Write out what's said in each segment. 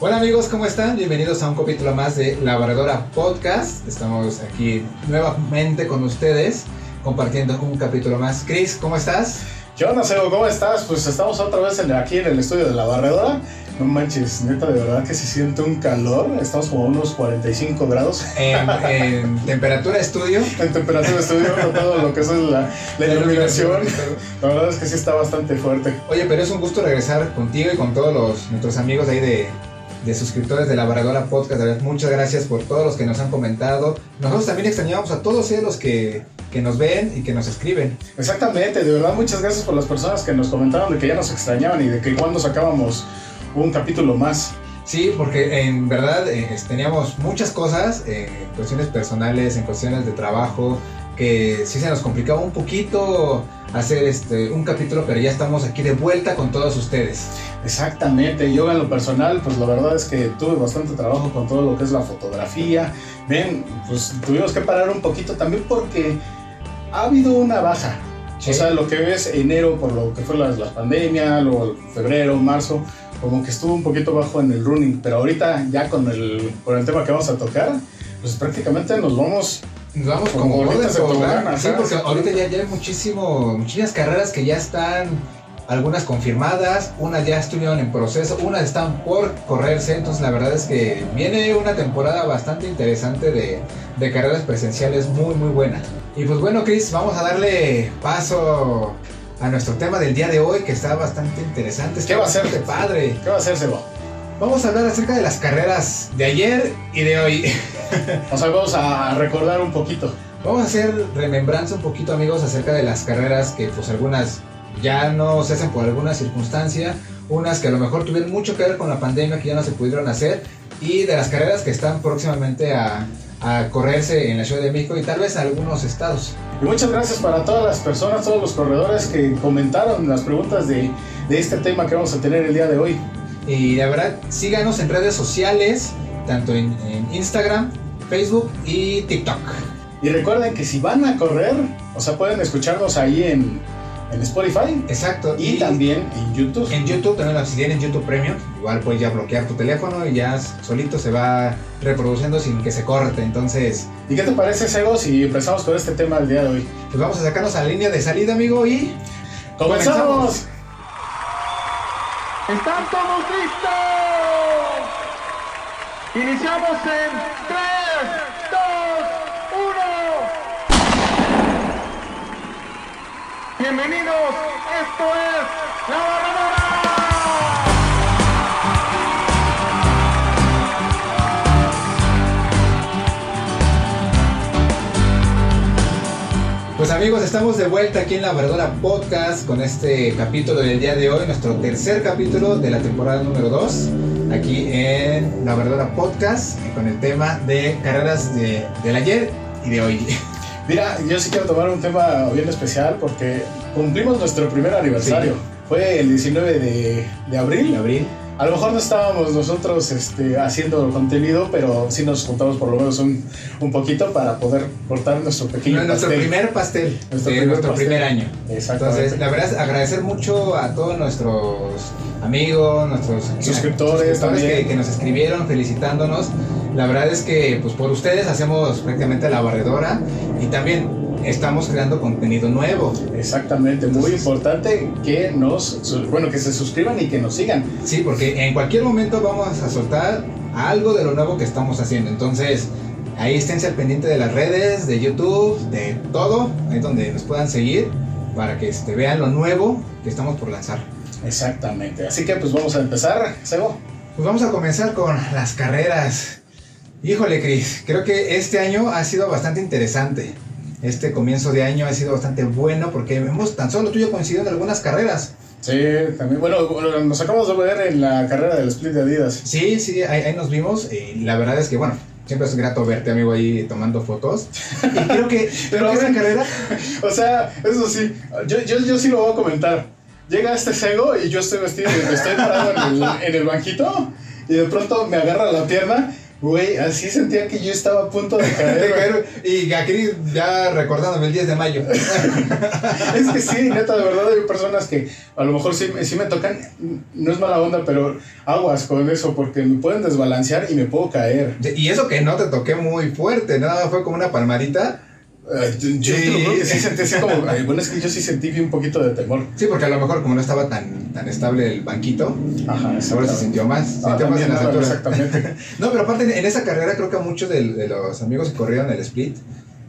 Hola amigos, ¿cómo están? Bienvenidos a un capítulo más de Labradora Podcast. Estamos aquí nuevamente con ustedes compartiendo un capítulo más. Chris, ¿cómo estás? Yo no sé, ¿cómo estás? Pues estamos otra vez en- aquí en el estudio de la barredora. No manches, neta, de verdad que se siente un calor. Estamos como a unos 45 grados En, en temperatura estudio. en temperatura de estudio con todo lo que es la, la iluminación. La verdad es que sí está bastante fuerte. Oye, pero es un gusto regresar contigo y con todos los, nuestros amigos ahí de, de suscriptores de Labradora Podcast. De verdad, muchas gracias por todos los que nos han comentado. Nosotros también extrañamos a todos ellos los que, que nos ven y que nos escriben. Exactamente, de verdad muchas gracias por las personas que nos comentaron de que ya nos extrañaban y de que cuando sacábamos un capítulo más. Sí, porque en verdad eh, teníamos muchas cosas, eh, en cuestiones personales, en cuestiones de trabajo, que sí se nos complicaba un poquito hacer este un capítulo, pero ya estamos aquí de vuelta con todos ustedes. Exactamente, yo en lo personal, pues la verdad es que tuve bastante trabajo con todo lo que es la fotografía. Ven, pues tuvimos que parar un poquito también porque ha habido una baja. O sea, lo que ves enero por lo que fue la, la pandemia, luego febrero, marzo, como que estuvo un poquito bajo en el running, pero ahorita ya con el, con el tema que vamos a tocar, pues prácticamente nos vamos Nos vamos como Como bolitas bolas de de tobogán. tobogán, Sí, ajá, porque exactamente. ahorita ya, ya hay muchísimo, muchísimas carreras que ya están, algunas confirmadas, unas ya estuvieron en proceso, unas están por correrse. Entonces, la verdad es que viene una temporada bastante interesante de, de carreras presenciales muy, muy buena. Y pues bueno, Chris, vamos a darle paso a nuestro tema del día de hoy que está bastante interesante. está ¿Qué va a ser? bastante padre. ¿Qué va a hacer, Seba? Vamos a hablar acerca de las carreras de ayer y de hoy. O sea, vamos a recordar un poquito. Vamos a hacer remembranza un poquito amigos acerca de las carreras que pues algunas ya no se hacen por alguna circunstancia, unas que a lo mejor tuvieron mucho que ver con la pandemia que ya no se pudieron hacer y de las carreras que están próximamente a, a correrse en la Ciudad de México y tal vez en algunos estados. Y muchas gracias para todas las personas, todos los corredores que comentaron las preguntas de, de este tema que vamos a tener el día de hoy. Y la verdad, síganos en redes sociales, tanto en, en Instagram, Facebook y TikTok. Y recuerden que si van a correr, o sea, pueden escucharnos ahí en, en Spotify Exacto. y también en YouTube. En YouTube, también la- si tienen YouTube Premium, igual puedes ya bloquear tu teléfono y ya s- solito se va reproduciendo sin que se corte. Entonces, ¿Y qué te parece, Sego, si empezamos con este tema el día de hoy? pues vamos a sacarnos a la línea de salida, amigo, y... ¡Comenzamos! ¿Están todos listos? Iniciamos en 3, 2, 1. Bienvenidos, esto es La Barradora. Pues amigos, estamos de vuelta aquí en La Verdora Podcast con este capítulo del día de hoy, nuestro tercer capítulo de la temporada número 2, aquí en La Verdora Podcast, con el tema de carreras de, del ayer y de hoy. Mira, yo sí quiero tomar un tema bien especial porque cumplimos nuestro primer aniversario. Fue el 19 de, de De abril. abril. A lo mejor no estábamos nosotros este, haciendo contenido, pero sí nos juntamos por lo menos un, un poquito para poder cortar nuestro pequeño Nuestro pastel. primer pastel Nuestro de primer nuestro pastel. primer año. Exactamente. Entonces, la verdad es agradecer mucho a todos nuestros amigos, nuestros Suscriptores también. que, que nos escribieron felicitándonos. La verdad es que pues por ustedes hacemos prácticamente la barredora y también estamos creando contenido nuevo. Exactamente, muy Entonces- importante que nos, su- bueno, que se suscriban y que nos sigan. Sí, porque en cualquier momento vamos a soltar algo de lo nuevo que estamos haciendo. Entonces, ahí esténse al pendiente de las redes, de YouTube, de todo, ahí donde nos puedan seguir para que este, vean lo nuevo que estamos por lanzar. Exactamente. Así que pues vamos a empezar, Sebo. Pues vamos a comenzar con las carreras. Híjole, Cris, creo que este año ha sido bastante interesante. Este comienzo de año ha sido bastante bueno porque hemos tan solo tú y yo coincidido en algunas carreras. Sí, también. Bueno, bueno, nos acabamos de ver en la carrera del split de Adidas. Sí, sí, ahí, ahí nos vimos y la verdad es que, bueno, siempre es grato verte, amigo, ahí tomando fotos. Y creo que, creo que Pero a esa ver. carrera, O sea, eso sí, yo, yo, yo sí lo voy a comentar. Llega este Sego y yo estoy vestido, estoy parado en el, en el banquito y de pronto me agarra la pierna. Güey, así sentía que yo estaba a punto de caer. güey. y aquí ya recordándome el 10 de mayo. es que sí, neta, de verdad hay personas que a lo mejor sí, me- sí me tocan, no es mala onda, pero aguas con eso porque me pueden desbalancear y me puedo caer. Y eso que no te toqué muy fuerte, nada más fue como una palmadita. Ay, yo- yo Sí, te lo juro que sí sí. sentí así como, ay, bueno, es que yo sí sentí un poquito de temor. Sí, porque a lo mejor como no estaba tan, tan estable el banquito, Ajá, ahora se sintió más. sintió Ah, más también, en las ah, alturas. Exactamente. No, pero aparte en- en esa carrera creo que muchos de, de los amigos que corrieron el split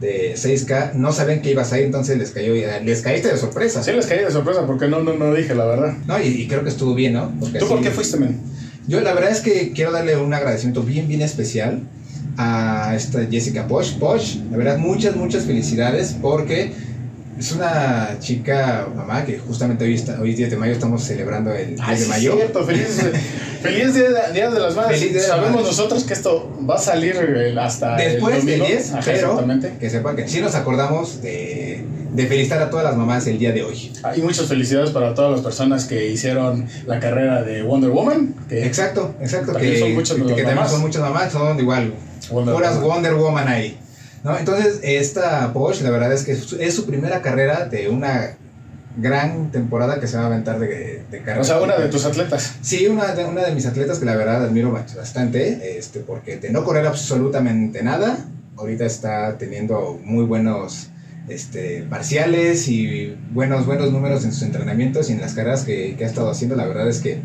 de 6K no sabían que ibas ahí, entonces les cayó eh, les caíste de sorpresa. Así les caí de sorpresa porque no, no, no dije la verdad. No, y, y creo que estuvo bien, ¿no? Porque ¿Tú por así- qué fuiste, men? Yo la verdad es que quiero darle un agradecimiento bien, bien especial a esta Jessica Posh. Posh, la verdad, muchas, muchas felicidades porque es una chica, mamá, que justamente hoy, está, hoy es 10 de mayo, estamos celebrando el 10 Ay, de sí, mayo. cierto, feliz, eh, feliz día, de- Día de las Madres. Feliz Día de las Sabemos Madres. nosotros que esto va a salir eh, hasta el Después del domingo. 10, Ajá, pero exactamente. que sepan que sí nos acordamos de, de felicitar a todas las mamás el día de hoy. Ah, Y muchas felicidades para todas las personas que hicieron la carrera de Wonder Woman. Que Exacto, exacto. También Que, son muchas que las también mamás. son muchas mamás, son igual, Wonder puras Woman. Wonder Woman ahí. ¿no? Entonces, esta Porsche, la verdad es que es su- es su primera carrera de una gran temporada que se va a aventar de, de carrera. O sea, una de tus atletas. Sí, una de, una de mis atletas que la verdad admiro bastante, este, porque de no correr absolutamente nada, ahorita está teniendo muy buenos este, parciales y buenos, buenos números en sus entrenamientos y en las carreras que, que ha estado haciendo. La verdad es que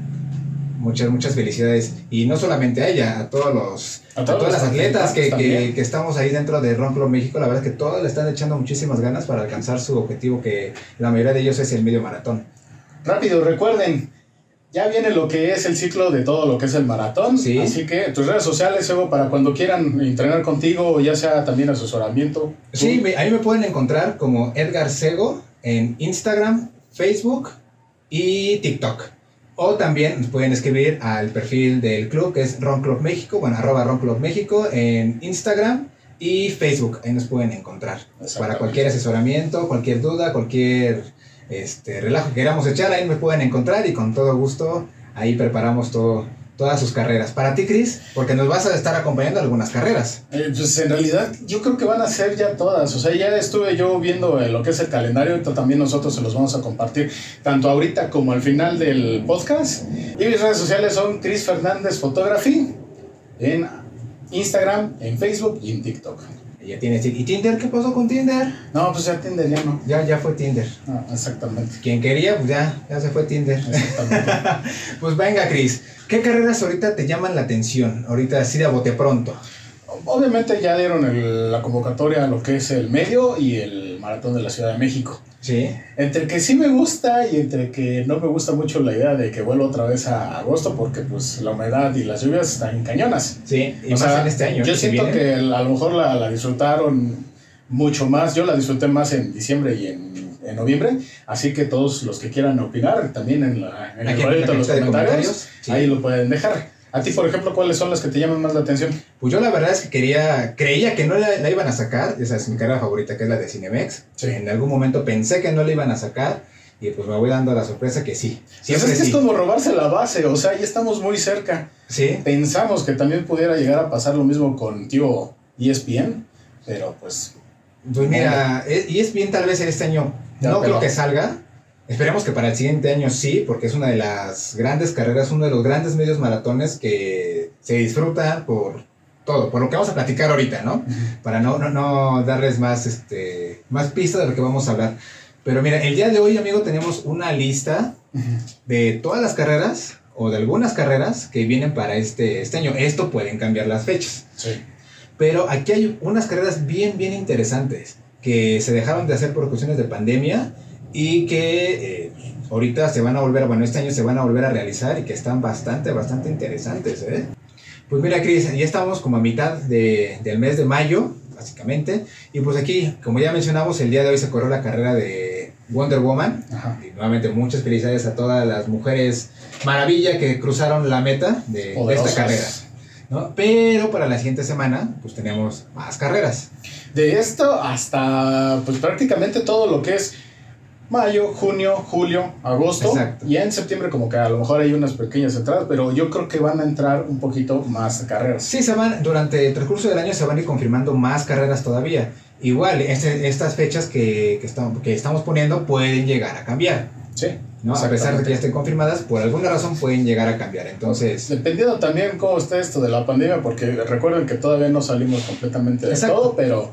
muchas, muchas felicidades. Y no solamente a ella, a todos los A a todos todas los las atletas que, también. que- que estamos ahí dentro de Run Club México, la verdad es que todos le están echando muchísimas ganas para alcanzar su objetivo, que la mayoría de ellos es el medio maratón. Rápido, recuerden. Ya viene lo que es el ciclo de todo lo que es el maratón. Sí. Así que tus redes sociales, Evo, para cuando quieran entrenar contigo o ya sea también asesoramiento. Sí, me- ahí me pueden encontrar como Edgar Sego en Instagram, Facebook y TikTok. O también nos pueden escribir al perfil del club que es Ron Club México, bueno, arroba Ron Club México en Instagram y Facebook. Ahí nos pueden encontrar para cualquier asesoramiento, cualquier duda, cualquier este, relajo que queramos echar. Ahí me pueden encontrar y con todo gusto ahí preparamos todo, todas sus carreras. Para ti, Cris, porque nos vas a estar acompañando a algunas carreras. Eh, pues en realidad yo creo que van a ser ya todas, o sea, ya estuve yo viendo eh, lo que es el calendario, ahorita también nosotros se los vamos a compartir, tanto ahorita como al final del podcast. Y mis redes sociales son Chris Fernández Photography en Instagram, en Facebook y en TikTok. Y Ya tienes, ¿y Tinder? ¿Qué pasó con Tinder? No, pues ya Tinder ya no. Ya, ya fue Tinder. Ah, exactamente. Quien quería, pues ya, ya se fue Tinder. exactamente. Pues venga, Cris, ¿qué carreras ahorita te llaman la atención? Ahorita así de a bote pronto. Obviamente ya dieron el- la convocatoria a lo que es el medio y el maratón de la Ciudad de México. Sí. Entre que sí me gusta y entre que no me gusta mucho la idea de que vuelva otra vez a agosto porque pues la humedad y las lluvias están cañonas. Sí, y O más sea, en este año. Yo se siento viene. que a lo mejor la, la disfrutaron mucho más. Yo la disfruté más en diciembre y en, en noviembre. Así que todos los que quieran opinar también en, la, en el Aquí en la proyecto, en los cajita de comentarios, comentarios, sí. ahí lo pueden dejar. A ti, por ejemplo, ¿cuáles son las que te llaman más la atención? Pues yo la verdad es que quería, creía que no la, la iban a sacar, esa es mi carrera favorita que es la de Cinemex. Sí. En algún momento pensé que no la iban a sacar y pues me voy dando la sorpresa que sí. Pues Siempre es que sí. es como robarse la base, o sea, ya estamos muy cerca. Sí. Pensamos que también pudiera llegar a pasar lo mismo con tío E ESPN, pero pues Pues mira, e- y es bien tal vez este año. Ya, no pero- creo que salga. Esperemos que para el siguiente año sí, porque es una de las grandes carreras, uno de los grandes medios maratones que se disfruta por todo, por lo que vamos a platicar ahorita, ¿no? Para no, no, no darles más, este, más pistas de lo que vamos a hablar. Pero mira, el día de hoy, amigo, tenemos una lista de todas las carreras o de algunas carreras que vienen para este, este año. Esto pueden cambiar las fechas. sí. Pero aquí hay unas carreras bien, bien interesantes que se dejaron de hacer por cuestiones de pandemia y que eh, ahorita se van a volver, bueno, este año se van a volver a realizar y que están bastante, bastante interesantes. ¿eh? Pues mira, Cris, ya estamos como a mitad de- del mes de mayo, básicamente. Y pues aquí, como ya mencionamos, el día de hoy se corrió la carrera de Wonder Woman. Ajá. Y nuevamente muchas felicidades a todas las mujeres maravilla que cruzaron la meta de- de Poderosas. esta carrera. ¿no? Pero para la siguiente semana, pues tenemos más carreras. De esto hasta pues prácticamente todo lo que es mayo, junio, julio, agosto. Exacto. Y en septiembre como que a lo mejor hay unas pequeñas entradas, pero yo creo que van a entrar un poquito más carreras. Sí, se van, durante el transcurso del año se van a ir confirmando más carreras todavía. Igual, este- estas fechas que, que, estamos, que estamos poniendo pueden llegar a cambiar. Sí. ¿no? A pesar de que exactamente. ya estén confirmadas, por alguna razón pueden llegar a cambiar. Entonces, Dependiendo también cómo esté esto de la pandemia, porque recuerden que todavía no salimos completamente de Exacto. todo, pero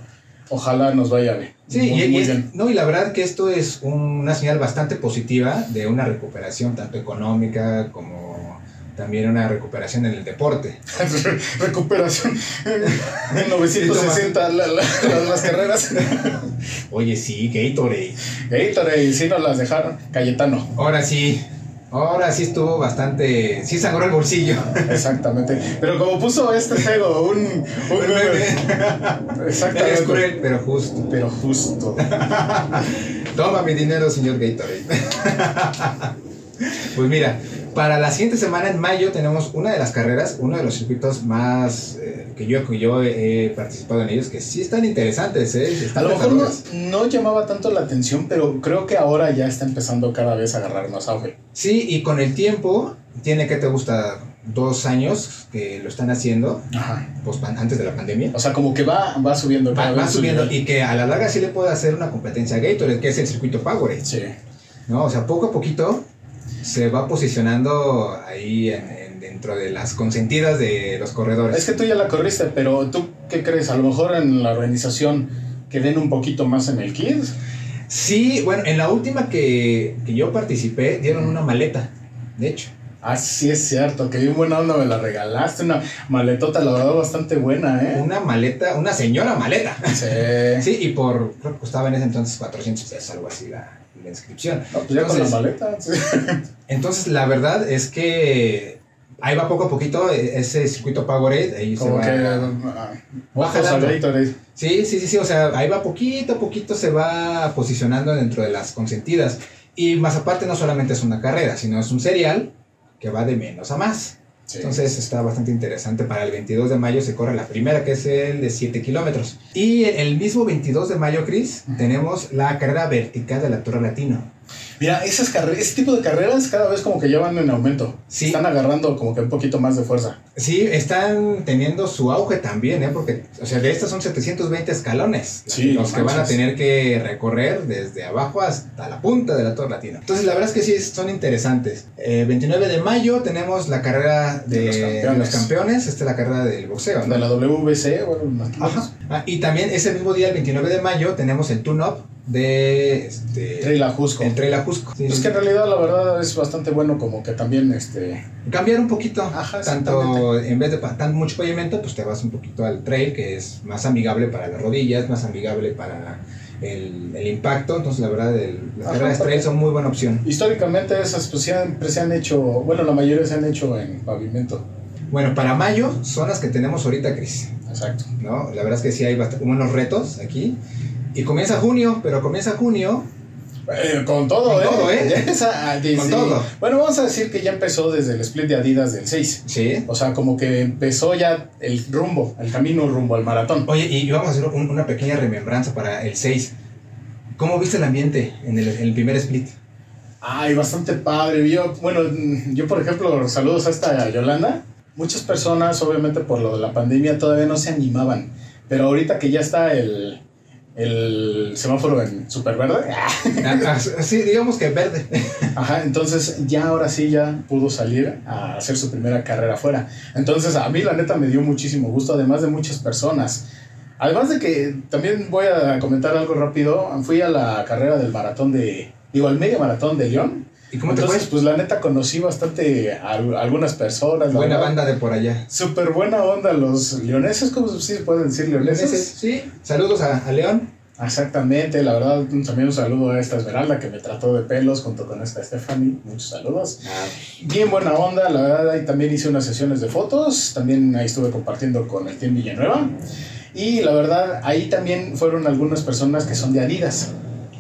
ojalá nos vaya bien. sí, Muy- y, y muy es- bien. no, y la verdad que esto es una señal bastante positiva de una recuperación tanto económica como también una recuperación en el deporte. Recuperación en 960 la- la- la- las carreras. Oye, sí, Gatorade. Gatorade, eh, sí nos las dejaron. Cayetano. Ahora sí, ahora sí estuvo bastante. Sí, sangró el bolsillo. Exactamente. Pero como puso este juego un, un Es Exactamente. cruel, pero justo. Pero justo. Toma mi dinero, señor Gatorade. pues mira, para la siguiente semana en mayo tenemos una de las carreras, uno de los circuitos más eh, que yo, que yo he participado en ellos, que sí están interesantes, ¿eh? A Están lo mejor no, tentadoras. no llamaba tanto la atención, pero creo que ahora ya está empezando cada vez a agarrar más auge. Sí, y con el tiempo, tiene que te gusta dos años que lo están haciendo, Ajá. pues, pan- antes de la pandemia. O sea, como que va, va subiendo cada Va, vez. va su subiendo nivel. y que a la larga sí le puede hacer una competencia a Gatorade, que es el circuito Powerade. Sí. ¿no? O sea, poco a poquito se va posicionando ahí en- en- dentro de las consentidas de los corredores. Es que tú ya la corriste, pero ¿tú qué crees? A lo mejor en la organización que den un poquito más en el Kids. Sí, bueno, en la última que, que yo participé dieron una maleta, de hecho. Ah, sí es cierto, que bien buena onda me la regalaste, una maletota, la verdad, bastante buena, ¿eh? Una maleta, una señora maleta. Sí. Sí, y por, creo que costaba en ese entonces 400 pesos, algo así, la, la inscripción. No, pues ya Entonces- con la maleta. sí. Entonces, la verdad es que ahí va poco a poquito eh, ese circuito Powerade, ahí se Como va... que. ah, Va ojos a jalando. Gatorade. Sí, sí, sí, sí, o sea, ahí va poquito a poquito se va posicionando dentro de las consentidas. Y más aparte no solamente es una carrera, sino es un serial que va de menos a más. Sí. Entonces está bastante interesante. Para el 22 de mayo se corre la primera, que es el de 7 kilómetros. Y el mismo 22 de mayo, Chris, Ujú. tenemos la carrera vertical de la Torre Latino. Mira, esas carreras, ese tipo de carreras cada vez como que ya van en aumento. Sí. Están agarrando como que un poquito más de fuerza. Sí, están teniendo su auge también, ¿eh? Porque, o sea, de estas son 720 escalones Sí, los no que van a manches. tener que recorrer desde abajo hasta la punta de la Torre Latina. Entonces, la verdad es que sí, son interesantes. Eh, 29 de mayo tenemos la carrera de, De los campeones. de los campeones. Esta es la carrera del boxeo, De ¿no? la WBC, bueno, más o menos. Ajá. Ah, y también ese mismo día, el 29 de mayo, tenemos el tune-up de este, Trail Pues a Jusco. el Trail a Jusco. Sí, Es sí. que en realidad la verdad es bastante bueno como que también este... cambiar un poquito. Ajá, tanto en vez de pa- tan mucho pavimento, pues te vas un poquito al trail, que es más amigable para las rodillas, más amigable para el, el impacto. Entonces, la verdad, el- las Ajá, carreras porque- trail son muy buena opción. Históricamente esas pues siempre se han hecho, bueno la mayoría se han hecho en pavimento. Bueno, para mayo son las que tenemos ahorita, Cris. Exacto. ¿no? La verdad es que sí hay bast- buenos retos aquí. Y comienza junio, pero comienza junio. Eh, con todo, Con ¿eh? todo, ¿eh? Ya empieza a- desde- Con todo. Bueno, vamos a decir que ya empezó desde el split de Adidas del 6. Sí. O sea, como que empezó ya el rumbo, el camino rumbo al maratón. Oye, y vamos a hacer un- una pequeña remembranza para el 6. ¿Cómo viste el ambiente en el, en el primer split? Ay, bastante padre. Yo, bueno, mm, yo por ejemplo, saludos hasta a Yolanda. Muchas personas, obviamente por lo de la pandemia, todavía no se animaban. Pero ahorita que ya está el, el semáforo en superverde, Ah, ah, Sí, digamos que verde. ajá, entonces ya ahora sí ya pudo salir a hacer su primera carrera afuera. Entonces a mí la neta me dio muchísimo gusto, además de muchas personas. Además de que también voy a comentar algo rápido, fui a la carrera del maratón de, digo, al medio maratón de León. ¿Y cómo te fue? Entonces, pues la neta conocí bastante a al- algunas personas. la Buena verdad. banda de por allá. Súper buena onda los leoneses, como si pueden decir leoneses. Sí. Saludos a, a León. Exactamente, la verdad un- también un saludo a esta Esmeralda que me trató de pelos junto con esta Stephanie, muchos saludos. Bien buena onda, la verdad ahí también hice unas sesiones de fotos, también ahí estuve compartiendo con el Team Villanueva y la verdad ahí también fueron algunas personas que son de Adidas.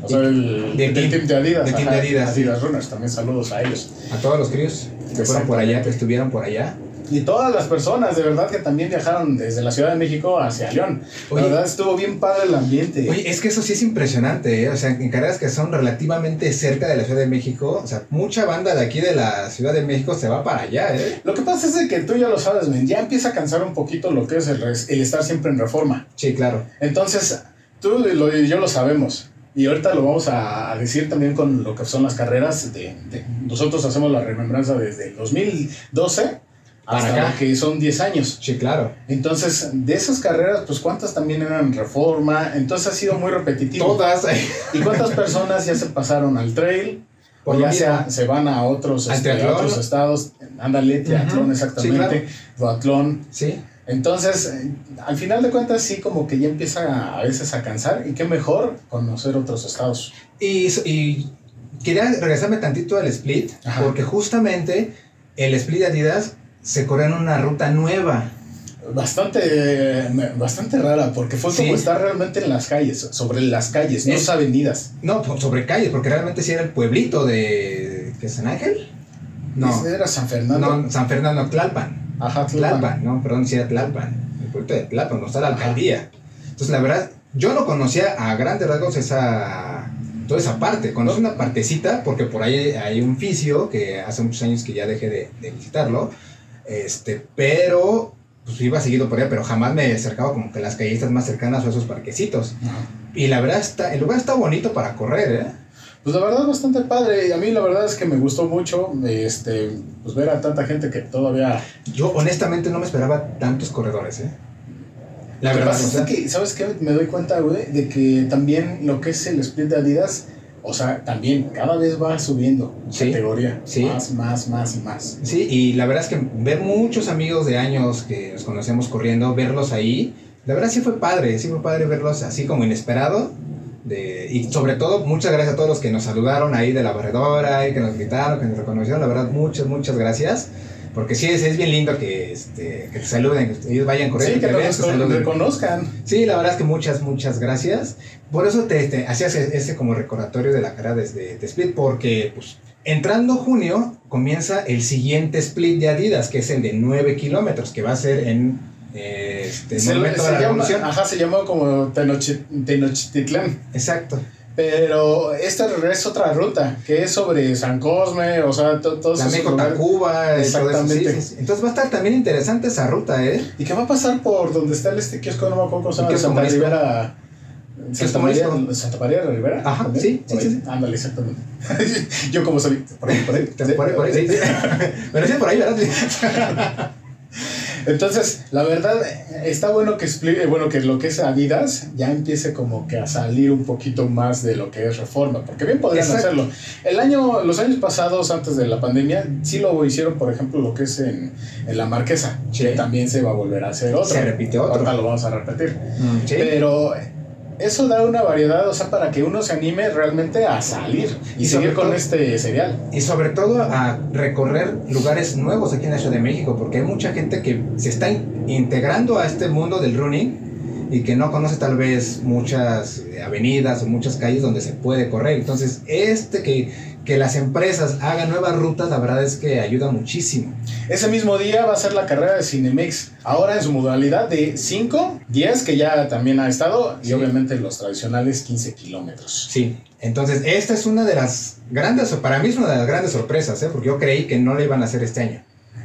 O sea, el, Del del team- team de Adidas. del team de ajá, Adidas, sí. Adidas Runners, también saludos a ellos. A todos los críos que fueron por allá, que estuvieron por allá. y todas las personas de verdad que también viajaron desde la Ciudad de México hacia León. Oye. la verdad estuvo bien padre el ambiente. Oye, es que eso sí es impresionante, ¿eh? o sea, en carreras que son relativamente cerca de la Ciudad de México, o sea, mucha banda de aquí de la Ciudad de México se va para allá, ¿eh? Lo que pasa es de que tú ya lo sabes, men, ya empieza a cansar un poquito lo que es el, res- el estar siempre en reforma. Sí, claro. Entonces, tú y lo- y yo lo sabemos. Y ahorita lo vamos a a decir también con lo que son las carreras. De, de- nosotros hacemos la remembranza desde el 2012 Para hasta acá. lo que son 10 años. Sí, claro. Entonces, de esas carreras, pues cuántas también eran reforma. Entonces ha sido muy repetitivo. Todas. ¿Y cuántas personas ya se pasaron al trail? Por o lo ya mismo. sea- se van a otros, Al este, a triatlón. otros estados. Ándale, Ujú. triatlón, Sí, exactamente. Duatlón. Sí. Entonces, eh, al final de cuentas, sí, como que ya empieza a, a veces a cansar. Y qué mejor conocer otros estados. Y, y quería regresarme tantito al split, Ajá. porque justamente el split de Adidas se corrió en una ruta nueva. Bastante, eh, bastante rara, porque fue Sí. como estar realmente en las calles, sobre las calles, no Es- es avenidas. No, po- sobre calle, porque realmente sí era el pueblito de. ¿qué es San Ángel? No, Ese Era San Fernando. no, San Fernando, Tlalpan. Ajá, Tlalpan. Tlalpan, no, perdón, sí era Tlalpan. El pueblito de Tlalpan, donde está la alcaldía. Entonces, la verdad, yo no conocía a grandes rasgos esa. toda esa parte. Conozco una partecita, porque por ahí hay un fisio que hace muchos años que ya dejé de, de visitarlo. Este, pero. Pues iba seguido por allá, pero jamás me acercaba como que a las callitas más cercanas o a esos parquecitos. Ajá. Y la verdad, está, el lugar está bonito para correr, ¿eh? Pues la verdad bastante padre. A mí la verdad es que me gustó mucho este, pues ver a tanta gente que todavía... Yo honestamente no me esperaba tantos corredores, ¿eh? La Lo que verdad, pasa o sea, es que, ¿sabes qué? Me doy cuenta, güey, de que también lo que es el split de Adidas, o sea, también cada vez va subiendo Sí. categoría. Sí. Más, más, más y más. sí, y la verdad es que ver muchos amigos de años que nos conocemos corriendo, verlos ahí, la verdad sí fue padre, sí fue padre verlos así como inesperado. de- y sobre todo, muchas gracias a todos los que nos saludaron ahí de la barredora, y que nos gritaron, que nos reconocieron, la verdad, muchas, muchas gracias. Porque sí, es, es bien lindo que, este, que te saluden, que ellos vayan corriendo, sí, que te vean, todos te con- saluden. reconozcan. Sí, la verdad es que muchas, muchas gracias. Por eso te, te hacías este como recordatorio de la cara desde de Split, porque pues, entrando junio comienza el siguiente Split de Adidas, que es el de 9 kilómetros, que va a ser en eh, este, Se, Monumento se a la llama- Revolución. ajá, se llamó como Tenoch- Tenochtitlán. Exacto. Pero esta es otra ruta, que es sobre San Cosme, o sea, to- todos La esos México, lugares. Tacuba, eh, todo eso. sí, Exactamente. sí, sí. Entonces va a estar también interesante esa ruta, ¿eh? ¿Y qué va a pasar por donde está el este kiosco? No me acuerdo cómo se El llama. kiosco Santa Morisco. Rivera. Santa María, Morisco. Santa María de la Rivera. Ajá, ¿También? sí, sí, Por ahí. sí, sí. Ándale, exactamente. Yo como soy. Por ahí, por ahí. Te- por ahí, por ahí, sí, sí. Pero sí, por ahí, ¿verdad? Entonces, la verdad, está bueno que expli- eh, bueno que lo que es Adidas ya empiece como que a salir un poquito más de lo que es Reforma, porque bien podrían Exacto. hacerlo. El año, los años pasados, antes de la pandemia, sí lo hicieron, por ejemplo, lo que es en, en la Marquesa, Sí. que también se va a volver a hacer otro. Se repite otro. Ahorita lo vamos a repetir. Mm, sí. Pero eso da una variedad, o sea, para que uno se anime realmente a salir y, Y sobre seguir con todo- este cereal. y sobre todo a recorrer lugares nuevos aquí en la Ciudad de México, porque hay mucha gente que se está in- integrando a este mundo del running y que no conoce tal vez muchas eh, avenidas o muchas calles donde se puede correr. Entonces, este que, que las empresas hagan nuevas rutas, la verdad es que ayuda muchísimo. Ese mismo día va a ser la carrera de Cinemex, ahora en su modalidad de 5, 10, que ya también ha estado, y Sí. obviamente los tradicionales 15 kilómetros. Sí. Entonces, esta es una de las grandes, para mí es una de las grandes sorpresas, ¿eh? porque yo creí que no la iban a hacer este año.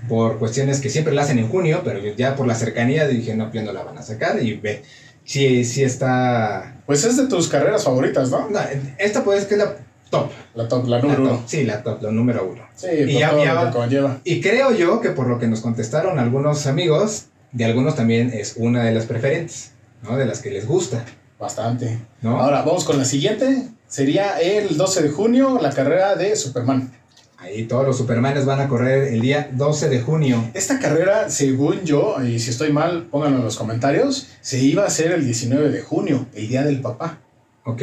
Por cuestiones que siempre la hacen en junio, pero yo ya por la cercanía dije, no, pues no la van a sacar. Y ve, sí, sí está. Pues es de tus carreras favoritas, ¿no? No, esta puede ser que es la top. La top, la número la top. uno. Sí, la top, la número uno. Sí, Y por ya- todo ya lo va- que conlleva. Y creo yo que por lo que nos contestaron algunos amigos, de algunos también es una de las preferentes, ¿no? De las que les gusta, Bastante. ¿no? Ahora vamos con la siguiente. Sería el 12 de junio, la carrera de Superman. Ahí todos los Supermanes van a correr el día 12 de junio. Esta carrera, según yo, y si estoy mal, pónganlo en los comentarios, se iba a hacer el 19 de junio, el Día del Papá. Ok.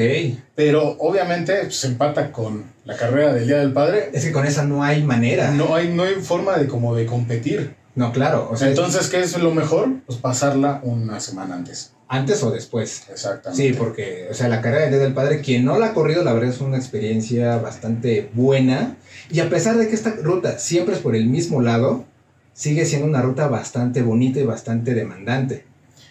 Pero obviamente pues, se empata con la carrera del Día del Padre. Es que con esa no hay manera. No hay, no hay forma de como de competir. No, claro. O sea, Entonces, ¿qué es lo mejor? Pues pasarla una semana antes. antes o después. Exactamente. Sí, porque, o sea, la carrera del Día del Padre, quien no la ha corrido, la verdad es una experiencia bastante buena. Y a pesar de que esta ruta siempre es por el mismo lado, sigue siendo una ruta bastante bonita y bastante demandante.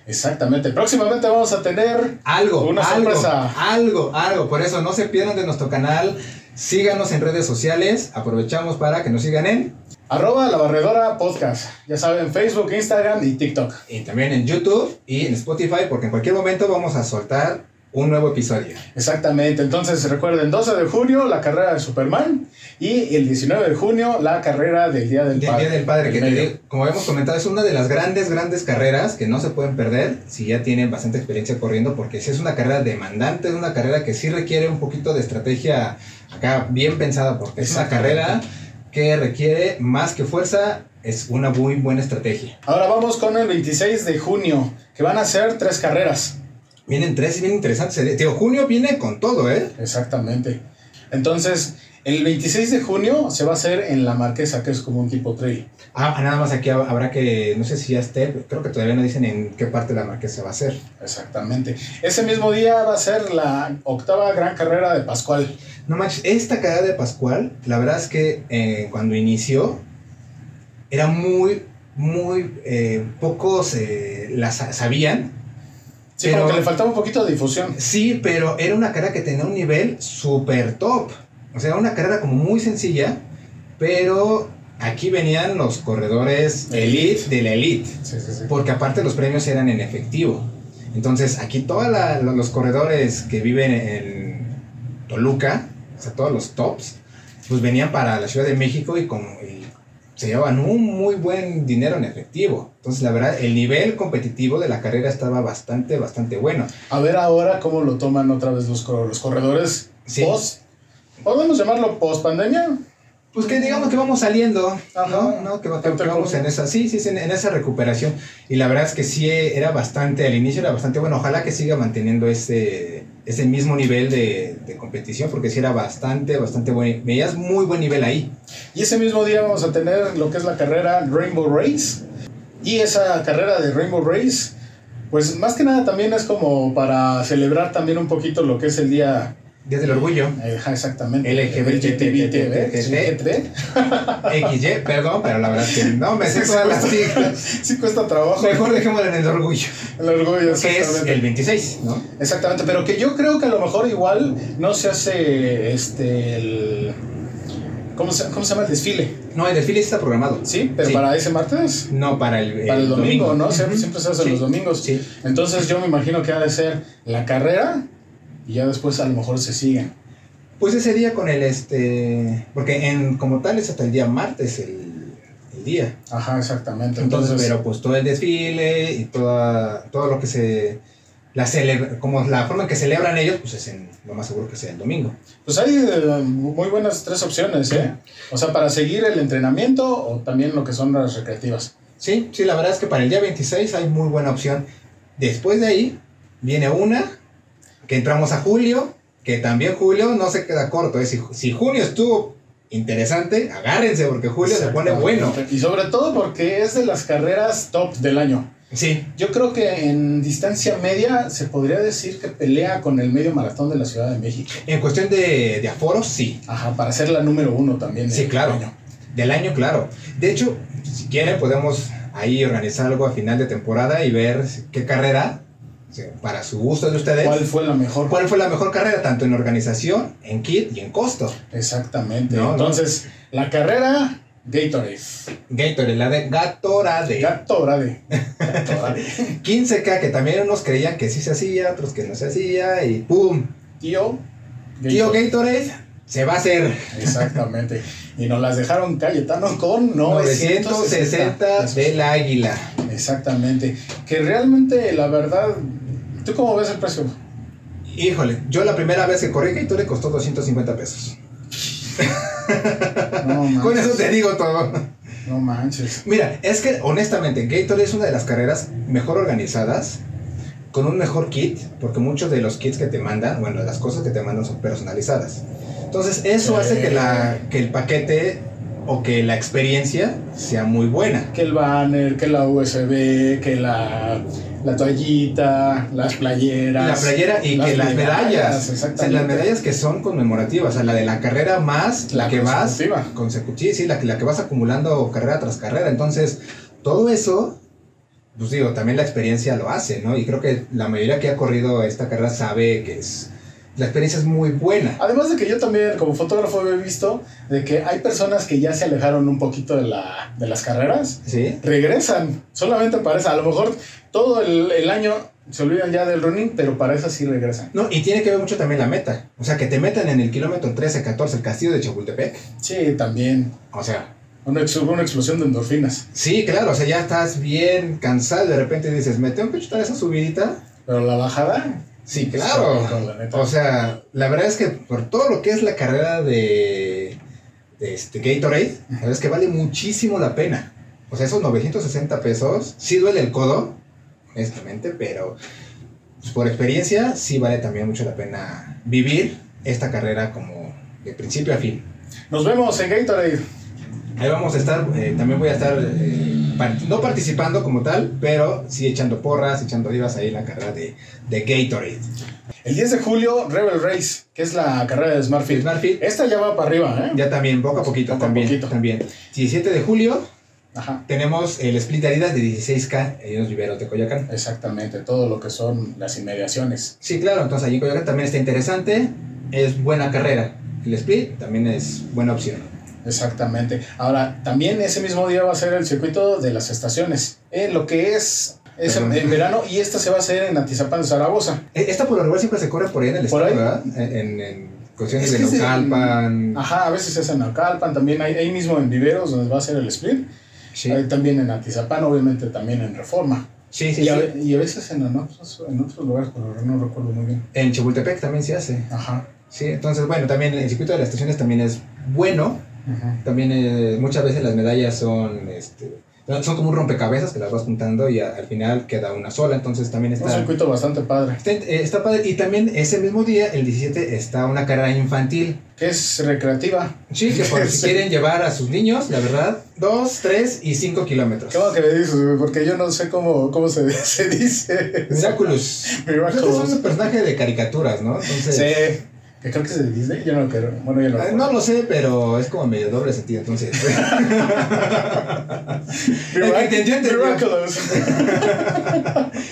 Exactamente. Próximamente vamos a tener algo, una algo, sorpresa. algo, algo. Por eso no se pierdan de nuestro canal. Síganos en redes sociales. Aprovechamos para que nos sigan en Arroba la barredora podcast. Ya saben, Facebook, Instagram y TikTok. y también en YouTube y en Spotify, porque en cualquier momento vamos a soltar un nuevo episodio. Exactamente. Entonces recuerden, 12 de junio la carrera de Superman y el 19 de junio la carrera del Día del Del Padre. Día del Padre, que En te medio. digo, como hemos comentado, es una de las grandes, grandes carreras que no se pueden perder si ya tienen bastante experiencia corriendo, porque si es una carrera demandante, es una carrera que sí requiere un poquito de estrategia acá bien pensada, porque es una Exactamente. carrera que requiere más que fuerza, es una muy buena estrategia. Ahora vamos con el 26 de junio, que van a ser tres carreras. Vienen tres bien interesantes. Tío, junio viene con todo, ¿eh? Exactamente. Entonces, el 26 de junio se va a hacer en La Marquesa, que es como un tipo trail. Ah, nada más aquí hab- habrá que, no sé si ya esté, creo que todavía no dicen en qué parte de la marquesa va a ser. Exactamente. Ese mismo día va a ser la octava gran carrera de Pascual. No manches, esta carrera de Pascual, la verdad es que eh, cuando inició, era muy, muy eh, pocos eh, la sa- sabían. Sí, Pero- como que le faltaba un poquito de difusión. Sí, pero era una carrera que tenía un nivel super top. O sea, era una carrera como muy sencilla, pero aquí venían los corredores Elite. de la elite. Sí, sí, sí. porque aparte los premios eran en efectivo. Entonces, aquí todos los corredores que viven en Toluca, o sea, todos los tops, pues venían para la Ciudad de México y, como- y se llevaban un muy buen dinero en efectivo. Entonces, la verdad, el nivel competitivo de la carrera estaba bastante, bastante bueno. A ver ahora cómo lo toman otra vez los, cor- los corredores Sí. post. Podemos llamarlo post pandemia. Pues que digamos que vamos saliendo, Ajá. ¿no? ¿no? Que, va- que- que vamos en esa, sí, sí, sí, en, en esa recuperación. Y la verdad es que sí eh, era bastante, al inicio era bastante bueno. Ojalá que siga manteniendo ese, ese mismo nivel de, de competición, porque sí era bastante, bastante bueno. Veías muy buen nivel ahí. Y ese mismo día vamos a tener lo que es la carrera Rainbow Race. Y esa carrera de Rainbow Race, pues más que nada también es como para celebrar también un poquito lo que es el día Desde el orgullo, eh, ajá, exactamente LGBT. XY, perdón, pero la verdad es que no me sé todas las siglas. Sí cuesta trabajo Mejor dejémoslo en el orgullo, el orgullo, que es exactamente. el 26, ¿no? Exactamente, pero que yo creo que a lo mejor igual no se hace este el ¿cómo se, cómo se llama el desfile? No, el desfile sí está programado. Sí, pero Sí. para ese martes, No, para el, para el domingo, ¿no? Siempre, Ujú. siempre se hace Sí. los domingos. Sí. Entonces yo me imagino que ha de ser la carrera y ya después a lo mejor se siguen. Pues ese día con el este. Porque en como tal es hasta el día martes el, el día. Ajá, exactamente. Entonces, Entonces, pero pues todo el desfile y toda, todo lo que se. La celebra, como la forma en que celebran ellos, pues es en, lo más seguro que sea el domingo. pues hay eh, muy buenas tres opciones, ¿eh? O sea, para seguir el entrenamiento o también lo que son las recreativas. Sí, sí, la verdad es que para el día 26 hay muy buena opción. Después de ahí viene una que entramos a julio, que también julio no se queda corto. ¿eh? Si, si junio estuvo interesante, agárrense porque julio se pone bueno. Y sobre todo porque es de las carreras top del año. Sí, Yo creo que en distancia media se podría decir que pelea con el medio maratón de la Ciudad de México. en cuestión de, de aforos, sí. Ajá, para ser la número uno también. eh, Sí, del claro. año. Del año, claro. De hecho, si quieren, podemos ahí organizar algo a final de temporada y ver qué carrera, o sea, para su gusto de ustedes, ¿Cuál ¿cuál, fue la mejor? fue la mejor carrera, tanto en organización, en kit y en costo. Exactamente. No, no. Entonces, la carrera Gatorade. Gatorade, la de Gatorade. Gatorade. Gatorade. 15K, que también unos creían que sí se hacía, otros que no se hacía, y ¡pum! Tío. Gatorade. Tío Gatorade, se va a hacer. Exactamente. Y nos las dejaron Cayetano con 960, 960 del Águila. Exactamente. Que realmente, la verdad, ¿tú cómo ves el precio? Híjole, yo la primera vez que corrí Gatorade costó 250 pesos. No Con eso te digo todo. No manches. Mira, es que honestamente, Gatorade es una de las carreras mejor organizadas, con un mejor kit, porque muchos de los kits que te mandan, bueno, las cosas que te mandan son personalizadas. Entonces, eso Sí. hace que, la, que el paquete o que la experiencia sea muy buena. Que el banner, que la USB, que la la toallita, las playeras. La playera y que las medallas, o sea, exactamente. las medallas que son conmemorativas, o sea, la de la carrera más la, La que vas consecutiva. consecutiva, sí, la que, la que vas acumulando carrera tras carrera. Entonces, todo eso, pues digo, también la experiencia lo hace, ¿no? Y creo que la mayoría que ha corrido esta carrera sabe que es la experiencia es muy buena. Además de que yo también, como fotógrafo, he visto de que hay personas que ya se alejaron un poquito de, la, de las carreras, Sí, regresan solamente para esa. A lo mejor todo el, el año se olvidan ya del running, pero para esa sí regresan. no, y tiene que ver mucho también la meta. O sea, que te metan en el kilómetro 13, 14, el castillo de Chapultepec. Sí, también. O sea, Una, ex- una explosión de endorfinas. sí, claro, o sea, ya estás bien cansado y de repente dices, me tengo que chutar esa subidita. Pero la bajada, Sí, Pues, claro. con- con la neta. O sea, la verdad es que por todo lo que es la carrera de, de este Gatorade, la verdad es que vale muchísimo la pena. O sea, esos 960 pesos, sí duele el codo, honestamente, pero pues, por experiencia sí vale también mucho la pena vivir esta carrera como de principio a fin. nos vemos en Gatorade. Ahí vamos a estar, eh, también voy a estar, eh, par- no participando como tal, pero sí echando porras, echando divas ahí en la carrera de, de Gatorade. El 10 de julio, Rebel Race, que es la carrera de Smart Fit. Smart Fit, Esta ya va para arriba, ¿eh? Ya también, poco a poquito, Poco a también, poquito. también. 17 de julio Ajá. tenemos el split de Adidas de 16K en los viveros de Coyoacán. Exactamente, todo lo que son las inmediaciones. Sí, claro, entonces allí en Coyoacán también está interesante, es buena carrera. El split también es buena opción. Exactamente. Ahora, también ese mismo día va a ser el circuito de las estaciones. Eh, lo que es, es en, Perdón. en verano y esta se va a hacer en Atizapán, Zaragoza. E- Esta por lo regular siempre se corre por ahí en el ¿Por estado, ahí? ¿verdad? En, en cuestiones Es que de Ah, es en- Naucalpan. Ajá, a veces es en Acalpan, también hay, ahí mismo en Viveros donde va a ser el split. Sí, Ahí también en Atizapán, obviamente también en Reforma. sí, sí. y, a, sí. ve- y a veces en, otros, en otros lugares, pero no recuerdo muy bien. En Chapultepec también se hace. Ajá. Sí, entonces bueno, también el circuito de las estaciones también es bueno. Ajá. También eh, muchas veces las medallas son, este, son como un rompecabezas que las vas juntando y a- al final queda una sola, entonces también Un está... circuito bastante padre. Está, eh, está padre. Y también ese mismo día, el 17, está una carrera infantil. Que es recreativa. Sí, que por si Sí. quieren llevar a sus niños, la verdad, 2, 3 y 5 kilómetros. ¿Cómo que me dices? güey? Porque yo no sé cómo, cómo se, se dice. Miraculous. Este es Miraculous. un personaje de caricaturas, ¿no? Sí. Entonces, Que creo que es de Disney. Yo no lo quiero. Bueno, yo no lo eh, quiero. No lo sé, pero es como medio doble sentido, entonces. el que entendió, entendió. Miraculous.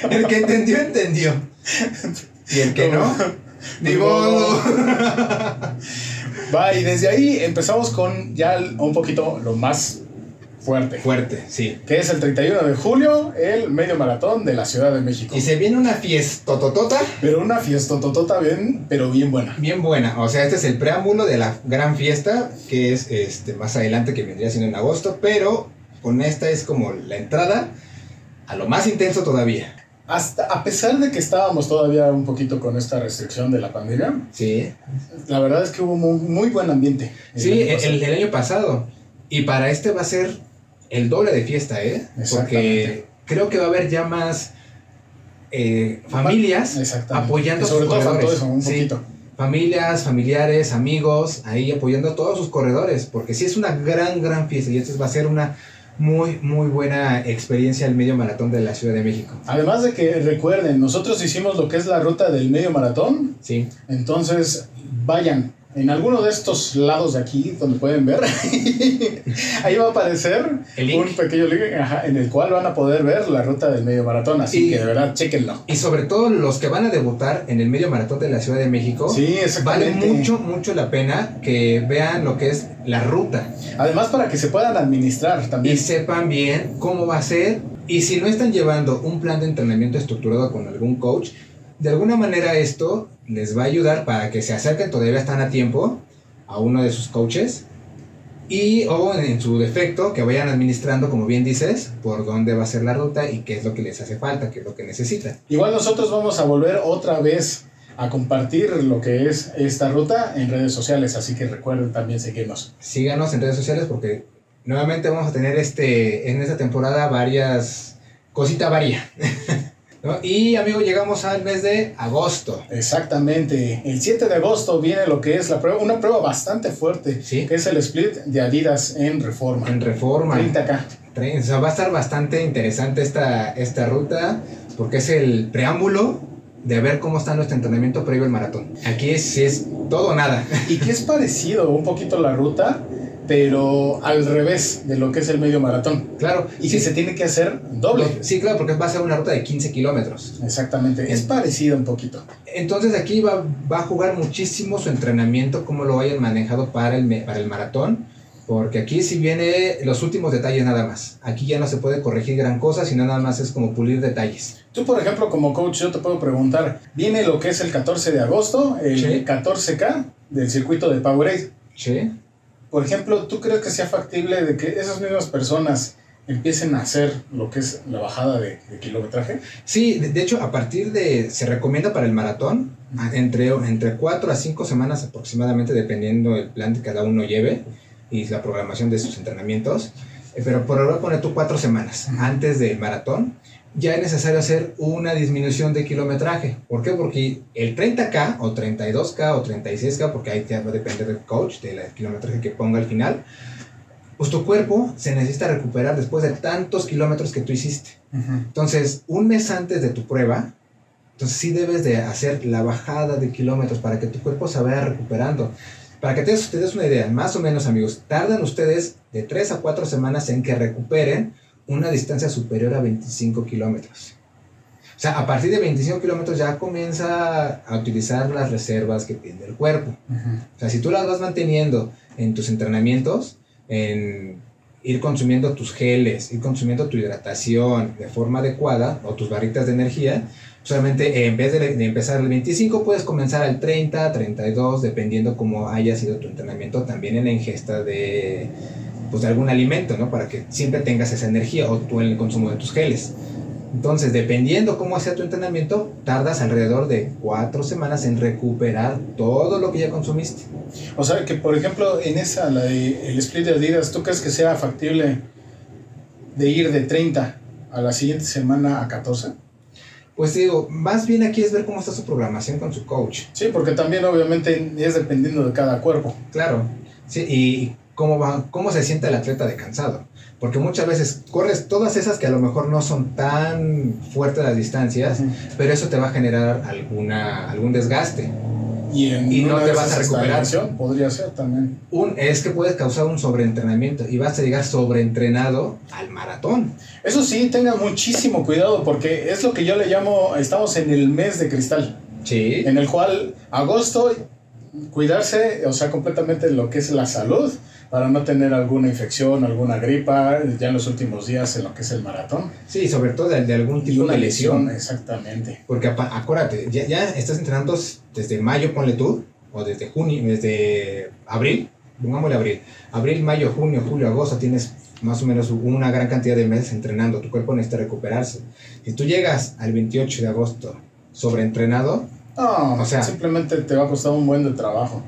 El que entendió, entendió. Y el que no, Ni modo. Va, y desde ahí empezamos con ya un poquito lo más fuerte. Fuerte, sí. Que es el 31 de julio, el medio maratón de la Ciudad de México. Y se viene una fiesta totota Pero una fiesta totota bien, pero bien buena. bien buena. O sea, este es el preámbulo de la gran fiesta que es este más adelante que vendría siendo en agosto, pero con esta es como la entrada a lo más intenso todavía. Hasta, a pesar de que estábamos todavía un poquito con esta restricción de la pandemia, Sí. La verdad es que hubo muy, muy buen ambiente. Sí, El año el, pasado. el año pasado. Y para este va a ser el doble de fiesta, ¿eh? Porque Exactamente. creo que va a haber ya más eh, familias Exactamente. apoyando Y sobre sus todo faltó corredores. eso, un Sí. poquito. familias, familiares, amigos, ahí apoyando a todos sus corredores, porque sí es una gran, gran fiesta y esto va a ser una muy, muy buena experiencia el medio maratón de la Ciudad de México. Además de que recuerden, nosotros hicimos lo que es la ruta del medio maratón, Sí, entonces vayan. En alguno de estos lados de aquí, donde pueden ver, ahí va a aparecer El link. un pequeño link ajá, en el cual van a poder ver la ruta del medio maratón. Así Y- que de verdad, chequenlo. y sobre todo los que van a debutar en el medio maratón de la Ciudad de México, Sí, vale exactamente. mucho, mucho la pena que vean lo que es la ruta Además, para que se puedan administrar y también. sepan bien cómo va a ser y si no están llevando un plan de entrenamiento estructurado con algún coach, de alguna manera esto les va a ayudar para que se acerquen, todavía están a tiempo, a uno de sus coaches y o en su defecto que vayan administrando, como bien dices, por dónde va a ser la ruta y qué es lo que les hace falta, qué es lo que necesitan. Igual nosotros vamos a volver otra vez a compartir lo que es esta ruta en redes sociales, así que recuerden también seguirnos. Síganos en redes sociales porque nuevamente vamos a tener este en esta temporada varias cosita varía. ¿no? Y amigo, llegamos al mes de agosto. Exactamente, el 7 de agosto viene lo que es la prueba, una prueba bastante fuerte, Sí. que es el split de Adidas en Reforma. En reforma. 30K. Tre- O sea, va a estar bastante interesante esta, esta ruta. porque es el preámbulo de ver cómo está nuestro entrenamiento previo al maratón. Aquí es, es todo o nada. Y que es parecido un poquito la ruta, pero al revés de lo que es el medio maratón. Claro. Y que se tiene que hacer doble. Sí, claro, porque va a ser una ruta de 15 kilómetros. Exactamente, es parecido un poquito. Entonces aquí va, va a jugar muchísimo su entrenamiento, cómo lo hayan manejado para el, me- para el maratón. Porque aquí si viene los últimos detalles nada más. Aquí ya no se puede corregir gran cosa, sino nada más es como pulir detalles. Tú, por ejemplo, como coach, yo te puedo preguntar, viene lo que es el 14 de agosto, el Sí. 14K del circuito de Powerade. ¿Sí? Por ejemplo, ¿tú crees que sea factible de que esas mismas personas empiecen a hacer lo que es la bajada de, de kilometraje? Sí, de, de hecho, a partir de. Se recomienda para el maratón a- entre, entre 4 a 5 semanas aproximadamente, dependiendo el plan que cada uno lleve y la programación de sus entrenamientos. Eh, Pero por ahora pone tú 4 semanas antes del maratón. Ya es necesario hacer una disminución de kilometraje. ¿Por qué? Porque el 30K o 32K o 36K, porque ahí ya va a depender del coach, del kilometraje que ponga al final, pues tu cuerpo se necesita recuperar después de tantos kilómetros que tú hiciste. Entonces, un mes antes de tu prueba, entonces sí debes de hacer la bajada de kilómetros para que tu cuerpo se vaya recuperando. Para que te, des- te des una idea, más o menos amigos, tardan ustedes de 3 a 4 semanas en que recuperen una distancia superior a 25 kilómetros. O sea, a partir de 25 kilómetros ya comienza a utilizar las reservas que tiene el cuerpo. O sea, si tú las vas manteniendo en tus entrenamientos, en ir consumiendo tus geles, ir consumiendo tu hidratación de forma adecuada o tus barritas de energía, solamente en vez de, de empezar al 25 puedes comenzar al 30, 32, dependiendo cómo haya sido tu entrenamiento también en la ingesta de, pues, de algún alimento, ¿no? Para que siempre tengas esa energía o tú en el consumo de tus geles. Entonces, dependiendo cómo sea tu entrenamiento, tardas alrededor de cuatro semanas en recuperar todo lo que ya consumiste. O sea, que por ejemplo, en esa, la de- el split de Adidas, ¿tú crees que sea factible de ir de 30 a la siguiente semana a 14? Pues digo, más bien aquí es ver cómo está su programación con su coach. Sí, porque también obviamente es dependiendo de cada cuerpo. Claro. Sí, y cómo va, cómo se siente el atleta de cansado. Porque muchas veces corres todas esas que a lo mejor no son tan fuertes las distancias, pero eso te va a generar alguna, algún desgaste. Y, en Y no una te de vas esas a recuperar. hasta lesión Podría ser también. Un, es que puedes causar un sobreentrenamiento y vas a llegar sobreentrenado al maratón. Eso sí, tenga muchísimo cuidado porque es lo que yo le llamo, estamos en el mes de cristal. Sí. en el cual agosto cuidarse, o sea, completamente lo que es la salud para no tener alguna infección, alguna gripa, ya en los últimos días en lo que es el maratón. Sí, sobre todo de, de algún Y tipo una de lesión, lesión. exactamente. Porque apa- acuérdate, ya, ya estás entrenando desde mayo, ponle tú, o desde junio, desde abril, pongámosle abril. Abril, mayo, junio, julio, agosto, tienes más o menos una gran cantidad de meses entrenando, tu cuerpo necesita recuperarse. Si tú llegas al 28 de agosto sobreentrenado, No, O sea- simplemente te va a costar un buen de trabajo.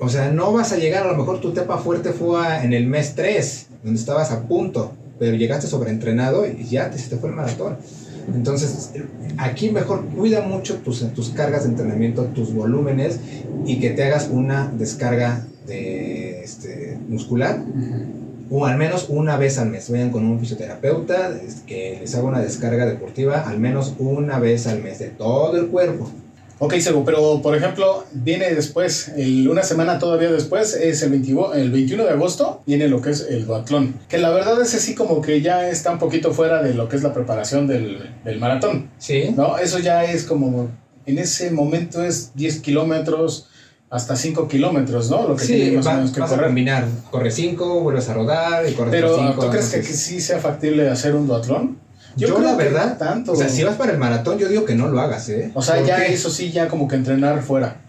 o sea, no vas a llegar, a lo mejor tu etapa fuerte fue a- en el mes 3, donde estabas a punto, pero llegaste sobreentrenado y ya te, se te fue el maratón. Entonces, aquí mejor cuida mucho tus, tus cargas de entrenamiento, tus volúmenes y que te hagas una descarga de, este, muscular o al menos una vez al mes. Vayan con un fisioterapeuta es que les haga una descarga deportiva al menos una vez al mes de todo el cuerpo. Ok, Sebo, pero por ejemplo, viene después, el- una semana todavía después, es el, 21 el 21 de agosto, viene lo que es el duatlón. Que la verdad es así como que ya está un poquito fuera de lo que es la preparación del, del maratón. Sí. No, eso ya es como, en ese momento es 10 kilómetros hasta 5 kilómetros, ¿no? Lo que Sí, tiene más va- o menos que vas a correr. combinar. Corre 5, vuelves a rodar y corres Pero otros cinco, ¿tú crees que, entonces- que sí sea factible hacer un duatlón? Yo, la verdad, que tanto. O sea, si vas para el maratón, yo digo que no lo hagas, ¿eh? O sea, ¿Por ya qué? eso sí, ya como que entrenar fuera.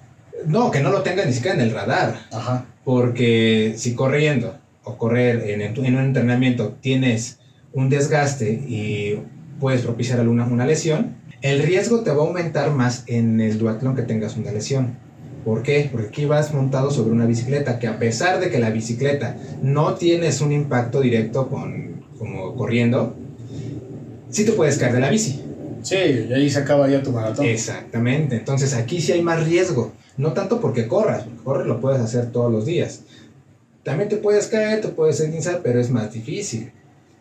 No, que no lo tengas ni siquiera en el radar. Ajá. Porque si corriendo o correr en, en tu- en un entrenamiento tienes un desgaste y puedes propiciar alguna una lesión, el riesgo te va a aumentar más en el duatlón que tengas una lesión. ¿Por qué? Porque aquí vas montado sobre una bicicleta que a pesar de que la bicicleta no tienes un impacto directo con, como corriendo, sí te puedes caer de la bici. Sí, y ahí se acaba ya tu maratón. Exactamente, entonces aquí sí hay más riesgo, no tanto porque corras, porque correr lo puedes hacer todos los días. También te puedes caer, te puedes esguinzar, pero es más difícil.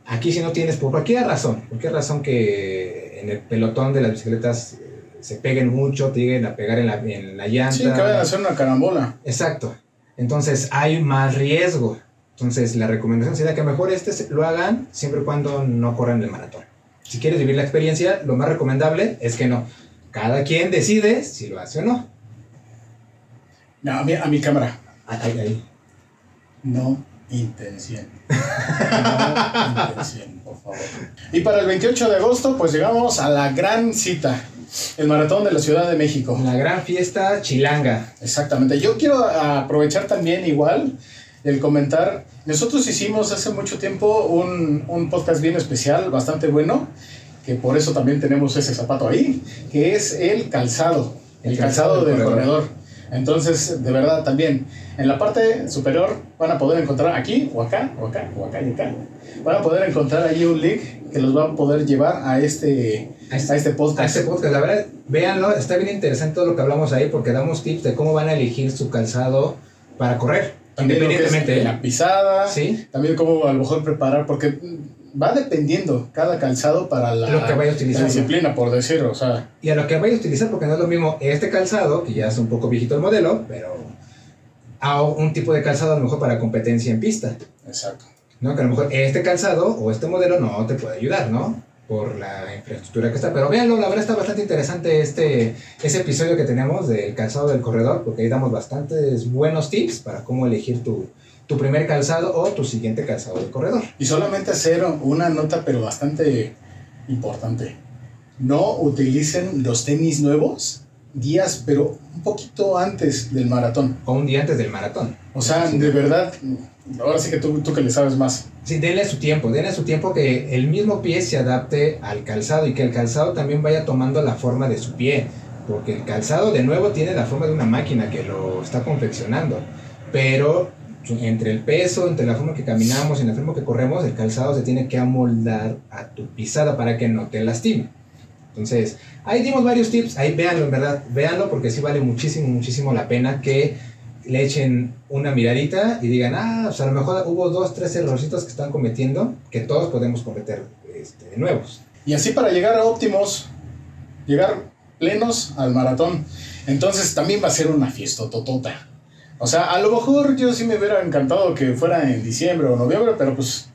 Aquí si no tienes, por cualquier razón, cualquier razón que en el pelotón de las bicicletas eh, se peguen mucho, te lleguen a pegar en la, en la llanta. Sí, que vayan a hacer una carambola. Exacto. Entonces hay más riesgo. Entonces la recomendación sería que mejor este lo hagan siempre y cuando no corran el maratón. Si quieres vivir la experiencia, lo más recomendable es que no. Cada quien decide si lo hace o no. No, a mi, a mi cámara. Ahí, ahí. No intención. No intención, por favor. Y para el 28 de agosto, pues llegamos a la gran cita. El maratón de la Ciudad de México. La gran fiesta chilanga. Exactamente. Yo quiero aprovechar también igual el comentar. Nosotros hicimos hace mucho tiempo un, un podcast bien especial, bastante bueno, que por eso también tenemos ese zapato ahí, que es el calzado. El, el calzado, calzado, del, del corredor. corredor. Entonces, de verdad, también en la parte superior van a poder encontrar aquí, o acá, o acá, o acá y acá. Van a poder encontrar ahí un link que los va a poder llevar a este, a este, a este podcast. A este podcast, la verdad, véanlo, está bien interesante todo lo que hablamos ahí porque damos tips de cómo van a elegir su calzado para correr. También independientemente. Lo que es la pisada, ¿Sí? también cómo a lo mejor preparar, porque va dependiendo cada calzado para la, lo que vaya a utilizar, la disciplina, por decirlo. O sea. Y a lo que vaya a utilizar, porque no es lo mismo este calzado, que ya es un poco viejito el modelo, pero a un tipo de calzado a lo mejor para competencia en pista. Exacto. ¿no? Que a lo mejor este calzado o este modelo no te puede ayudar, ¿no? Por la infraestructura que está. Pero véanlo, la verdad está bastante interesante este ese episodio que tenemos del calzado del corredor, porque ahí damos bastantes buenos tips para cómo elegir tu, tu primer calzado o tu siguiente calzado de corredor. Y solamente hacer una nota, pero bastante importante. No utilicen los tenis nuevos días, pero un poquito antes del maratón. O un día antes del maratón. O sea, sí. de verdad, ahora sí que tú, tú que le sabes más. Sí, denle su tiempo, denle su tiempo que el mismo pie se adapte al calzado y que el calzado también vaya tomando la forma de su pie. Porque el calzado de nuevo tiene la forma de una máquina que lo está confeccionando. Pero entre el peso, entre la forma que caminamos y la forma que corremos, el calzado se tiene que amoldar a tu pisada para que no te lastime. Entonces, ahí dimos varios tips, ahí véanlo, en verdad, véanlo porque sí vale muchísimo, muchísimo la pena que le echen una miradita y digan, ah, pues a lo mejor hubo dos, tres errorcitos que están cometiendo, que todos podemos cometer este, nuevos. Y así para llegar a óptimos, llegar plenos al maratón. Entonces también va a ser una fiesta totota. O sea, a lo mejor yo sí me hubiera encantado que fuera en diciembre o noviembre, pero pues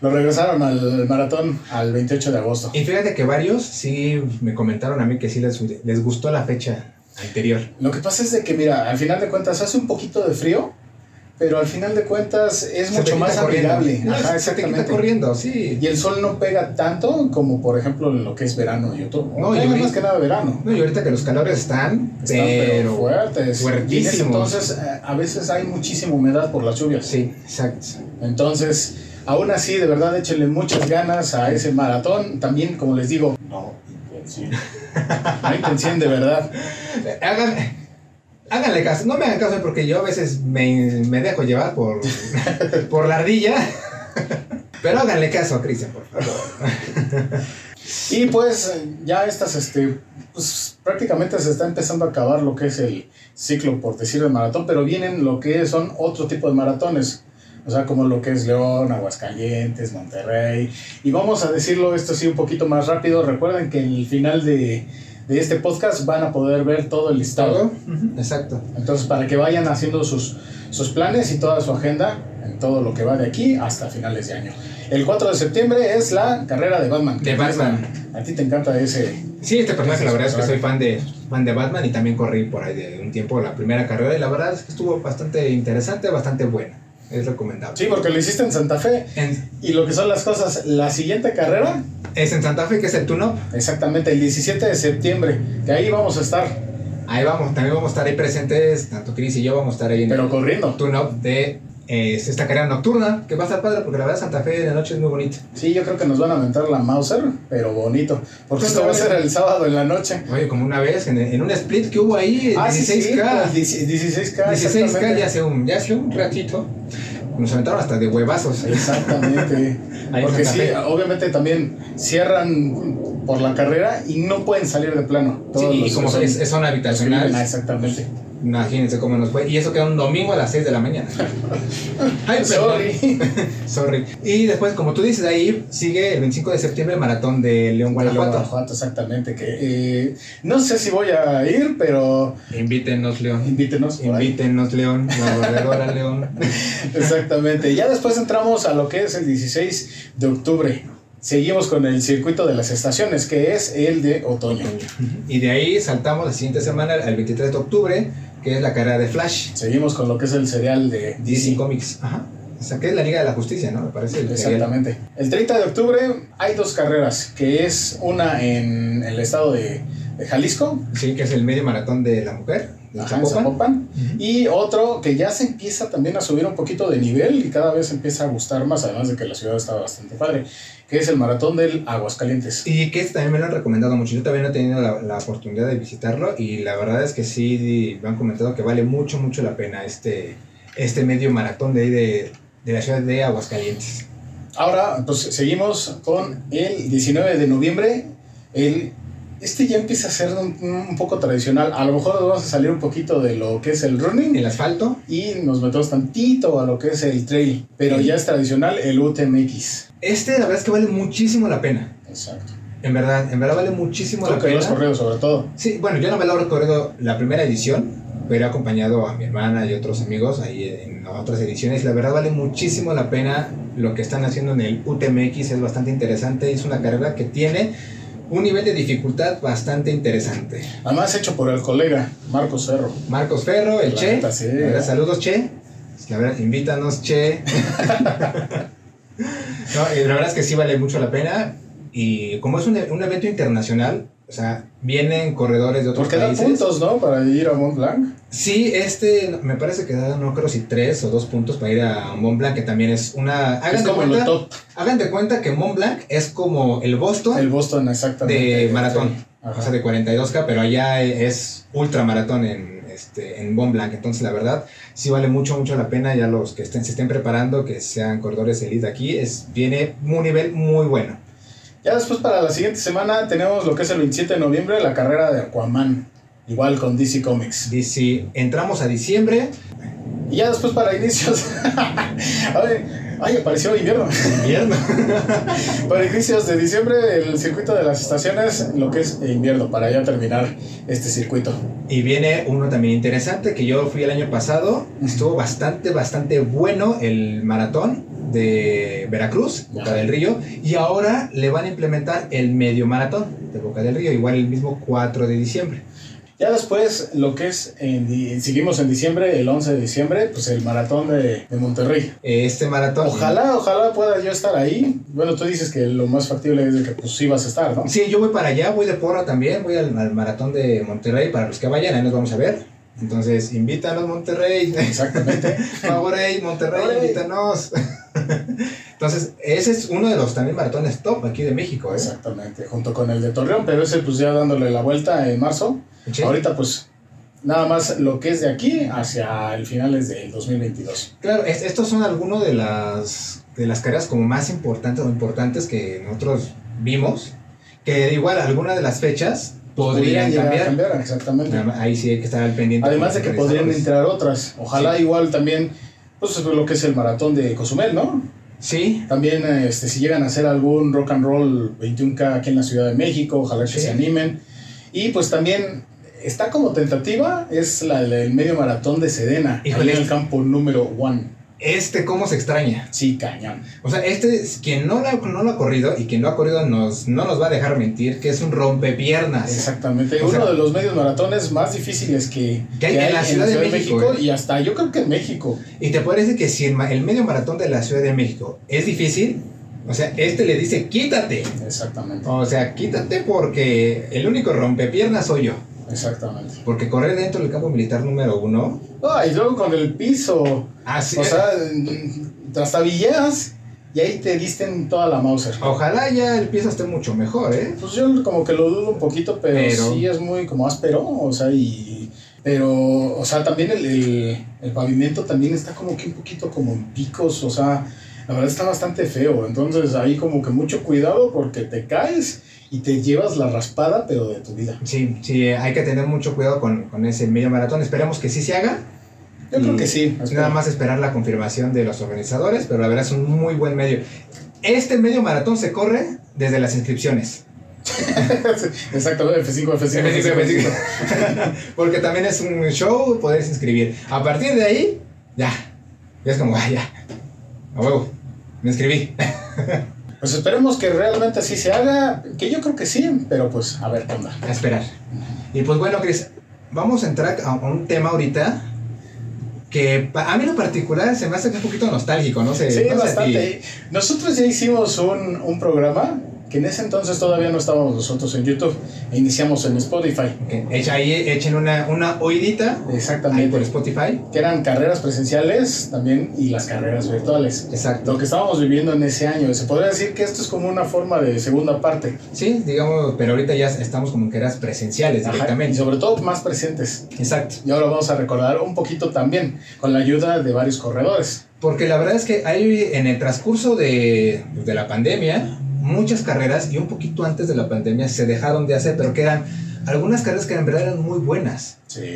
lo regresaron al maratón al 28 de agosto. Y fíjate que varios sí me comentaron a mí que sí les, les gustó la fecha anterior. Lo que pasa es de que, mira, al final de cuentas hace un poquito de frío, pero al final de cuentas es se mucho más amigable. No, Ajá, se te corriendo, sí. Y el sol no pega tanto como, por ejemplo, en lo que es verano y otoño. No, y más que nada verano. No, y ahorita que los calores están, están pero, pero, fuertes. Fuertísimos. Entonces, eh, a veces hay muchísima humedad por las lluvias. Sí, exacto. Entonces, aún así, de verdad, échenle muchas ganas a ese maratón. También, como les digo, no intención. no intención, de verdad. Hagan háganle caso, no me hagan caso porque yo a veces me, me dejo llevar por, por la ardilla. Pero háganle caso a Cristian, por favor. Y pues ya estas, este, pues, prácticamente se está empezando a acabar lo que es el ciclo, por decir, el maratón, pero vienen lo que son otro tipo de maratones. O sea, como lo que es León, Aguascalientes, Monterrey. Y vamos a decirlo esto sí un poquito más rápido. Recuerden que en el final de, de este podcast van a poder ver todo el listado. Uh -huh. Exacto. Entonces, para que vayan haciendo sus, sus planes y toda su agenda en todo lo que va de aquí hasta finales de año. El 4 de septiembre es la carrera de Batman. De Batman. A ti te encanta ese. Sí, este personaje, la verdad es que soy fan de, fan de Batman y también corrí por ahí de un tiempo la primera carrera y la verdad es que estuvo bastante interesante, bastante buena. Es recomendable. Sí, porque lo hiciste en Santa Fe. En... Y lo que son las cosas, la siguiente carrera es en Santa Fe, que es el turno. Exactamente, el 17 de septiembre. Que ahí vamos a estar. Ahí vamos, también vamos a estar ahí presentes, tanto Chris y yo vamos a estar ahí en Pero el corriendo. turno de eh, esta carrera nocturna, que va a estar padre, porque la verdad Santa Fe de la noche es muy bonita. Sí, yo creo que nos van a aventar la Mauser, pero bonito. Porque esto va a ser el sábado en la noche. Oye, como una vez, en, en un split que hubo ahí, ah, pues, 16K. Sí, sí, 16K. 16K ya hace un, ya hace un ratito nos aventaron hasta de huevazos. Exactamente. Porque sí, obviamente también cierran por la carrera y no pueden salir de plano. Todos sí, y como son, es, es, zona habitacional. ah, exactamente. Imagínense cómo nos fue. Y eso queda un domingo a las 6 de la mañana. Ay, perdón. Sorry. Sorry. Y después, como tú dices, ahí sigue el 25 de septiembre el maratón de León, Guanajuato. Guanajuato, exactamente. Que, eh, no sé si voy a ir, pero Invítenos, León. invítenos. por ahí. Invítenos, León. La corredora, León. Exactamente. Ya después entramos a lo que es el 16 de octubre. Seguimos con el circuito de las estaciones, que es el de otoño. Y de ahí saltamos la siguiente semana al 23 de octubre, que es la carrera de Flash. Seguimos con lo que es el serial de DC DC. Comics. Ajá. O sea, que es la Liga de la Justicia, ¿no? Me parece. el- Exactamente. El 30 de octubre hay dos carreras, que es una en el estado de, de Jalisco, Sí, que es el medio maratón de la mujer. De ajá, en Zapopan. Zapopan, Ujú. y otro que ya se empieza también a subir un poquito de nivel y cada vez empieza a gustar más, además de que la ciudad está bastante padre, que es el maratón del Aguascalientes. Y que este también me lo han recomendado mucho. Yo también no he tenido la, la oportunidad de visitarlo y la verdad es que sí me han comentado que vale mucho, mucho la pena este, este medio maratón de ahí de, de la ciudad de Aguascalientes. Ahora, pues seguimos con el 19 de noviembre. El, este ya empieza a ser un, un poco tradicional. A lo mejor nos vamos a salir un poquito de lo que es el running El asfalto, y nos metemos tantito a lo que es el trail. Pero ya es tradicional el UTMX. este la verdad es que vale muchísimo la pena. Exacto. En verdad, en verdad vale muchísimo Tú la que pena. ibas corriendo sobre todo. Sí, bueno, yo no me lo he recorrido la primera edición, pero he acompañado a mi hermana y otros amigos ahí en otras ediciones. La verdad vale muchísimo la pena lo que están haciendo en el UTMX, es bastante interesante. Es una carrera que tiene un nivel de dificultad bastante interesante. Además hecho por el colega Marco Cerro. Marcos Ferro, el La Che. neta, sí. ¿eh? La verdad, saludos, Che. La verdad, invítanos, Che. No, y la verdad es que sí vale mucho la pena. Y como es un, e- un evento internacional, o sea, vienen corredores de otros Porque da países. puntos, ¿no? Para ir a Mont Blanc. Sí, este me parece que da, no creo si tres o dos puntos para ir a Mont Blanc, que también es una. Hagan, Es de, como cuenta, lo top. hagan de cuenta que Mont Blanc es como el Boston El Boston, exactamente. de maratón, Ajá. o sea, de 42K, pero allá e, es ultramaratón en, este, en Mont Blanc. Entonces, la verdad, sí vale mucho, mucho la pena. Ya los que estén, se estén preparando, que sean corredores elite aquí, es, viene un nivel muy bueno. Ya después para la siguiente semana tenemos lo que es el 27 de noviembre, la carrera de Aquaman, igual con DC Comics. Dice, entramos a diciembre, Y ya después para inicios... ay, ay, apareció invierno. invierno. Para inicios de diciembre el circuito de las estaciones, lo que es invierno, para ya terminar este circuito. Y viene uno también interesante que yo fui el año pasado. Estuvo bastante, bastante bueno el maratón de Veracruz, Boca Ajá. del Río. Y ahora le van a implementar el medio maratón de Boca del Río, igual el mismo 4 de diciembre. Ya después lo que es, en di- seguimos en diciembre, el 11 de diciembre, pues el maratón de, de Monterrey. Eh, Este maratón. Ojalá, ojalá pueda yo estar ahí. Bueno, tú dices que lo más factible es de que pues sí vas a estar, ¿no? Sí, yo voy para allá, voy de porra también, voy al, al maratón de Monterrey para los que vayan, ahí nos vamos a ver. Entonces, invítanos Monterrey. Exactamente. favor, ey, Monterrey, Ey. invítanos. Entonces, ese es uno de los también maratones top aquí de México. ¿eh? Exactamente, junto con el de Torreón, pero ese pues ya dándole la vuelta en marzo. Sí. Ahorita pues nada más lo que es de aquí hacia el finales del 2022. Claro, es- estos son algunos de las, de las carreras como más importantes o importantes que nosotros vimos, que igual algunas de las fechas podrían llegar cambiar. a cambiar, exactamente. Nada más, Ahí sí hay que estar al pendiente. Además de con que los podrían organizadores. entrar otras. Ojalá igual también pues lo que es el maratón de Cozumel, ¿no? Sí, También este si llegan a hacer algún rock and roll 21K aquí en la Ciudad de México, ojalá que Sí. se animen. Y pues también está como tentativa es la del medio maratón de Sedena, ahí Híjole. en el campo número 1. este cómo se extraña. Sí, cañón. O sea, este, es- quien no lo, ha- no lo ha corrido y quien lo ha corrido nos, no nos va a dejar mentir que es un rompepiernas. Exactamente. Ah, O Uno sea, de los medios maratones más difíciles que, que hay en la Ciudad de México, ¿eh? y hasta yo creo que en México. Y te parece que si el, ma- el medio maratón de la Ciudad de México es difícil, o sea, este le dice quítate. Exactamente. O sea, quítate porque el único rompepiernas soy yo. Exactamente. Porque correr dentro del campo militar número uno. Ah, y luego con el piso. Así O sea, mm, trastabilleas y ahí te disten toda la Mauser. Ojalá ya el piso esté mucho mejor, ¿eh? Pues yo como que lo dudo un poquito, pero, Pero- sí es muy como áspero, o sea, y... Pero, o sea, también el, el- el pavimento también está como que un poquito como en picos, o sea, la verdad está bastante feo, entonces ahí como que mucho cuidado porque te caes y te llevas la raspada, pero de tu vida. Sí, sí, hay que tener mucho cuidado con, con ese medio maratón. Esperemos que sí se haga. Yo Y creo que sí. Mm. Nada más esperar la confirmación de los organizadores, pero la verdad es un muy buen medio. Este medio maratón se corre desde las inscripciones. Exacto, F5, F5, F5, F5. F5. Porque también es un show poderse inscribir. A partir de ahí, ya. Ya es como, ah, ya. A huevo. Me inscribí. Pues esperemos que realmente así se haga, que yo creo que sí, pero pues a ver qué onda. A esperar. Y pues bueno, Chris, vamos a entrar a un tema ahorita que pa- a mí en lo particular se me hace un poquito nostálgico, no sé. Sí, no sé a ti. bastante. Nosotros ya hicimos un, un programa que en ese entonces todavía no estábamos nosotros en YouTube e iniciamos en Spotify. Ok, echa ahí, echen una, una oidita ahí por Exactamente. Spotify. Que eran carreras presenciales también y las carreras virtuales. Exacto. Lo que estábamos viviendo en ese año. Se podría decir que esto es como una forma de segunda parte. Sí, digamos, pero ahorita ya estamos como que eras presenciales Ajá, Y directamente. sobre todo más presentes. Exacto. Y ahora vamos a recordar un poquito también con la ayuda de varios corredores. Porque la verdad es que hay en el transcurso de, de la pandemia, muchas carreras, y un poquito antes de la pandemia, se dejaron de hacer, pero que eran algunas carreras que en verdad eran muy buenas. Sí.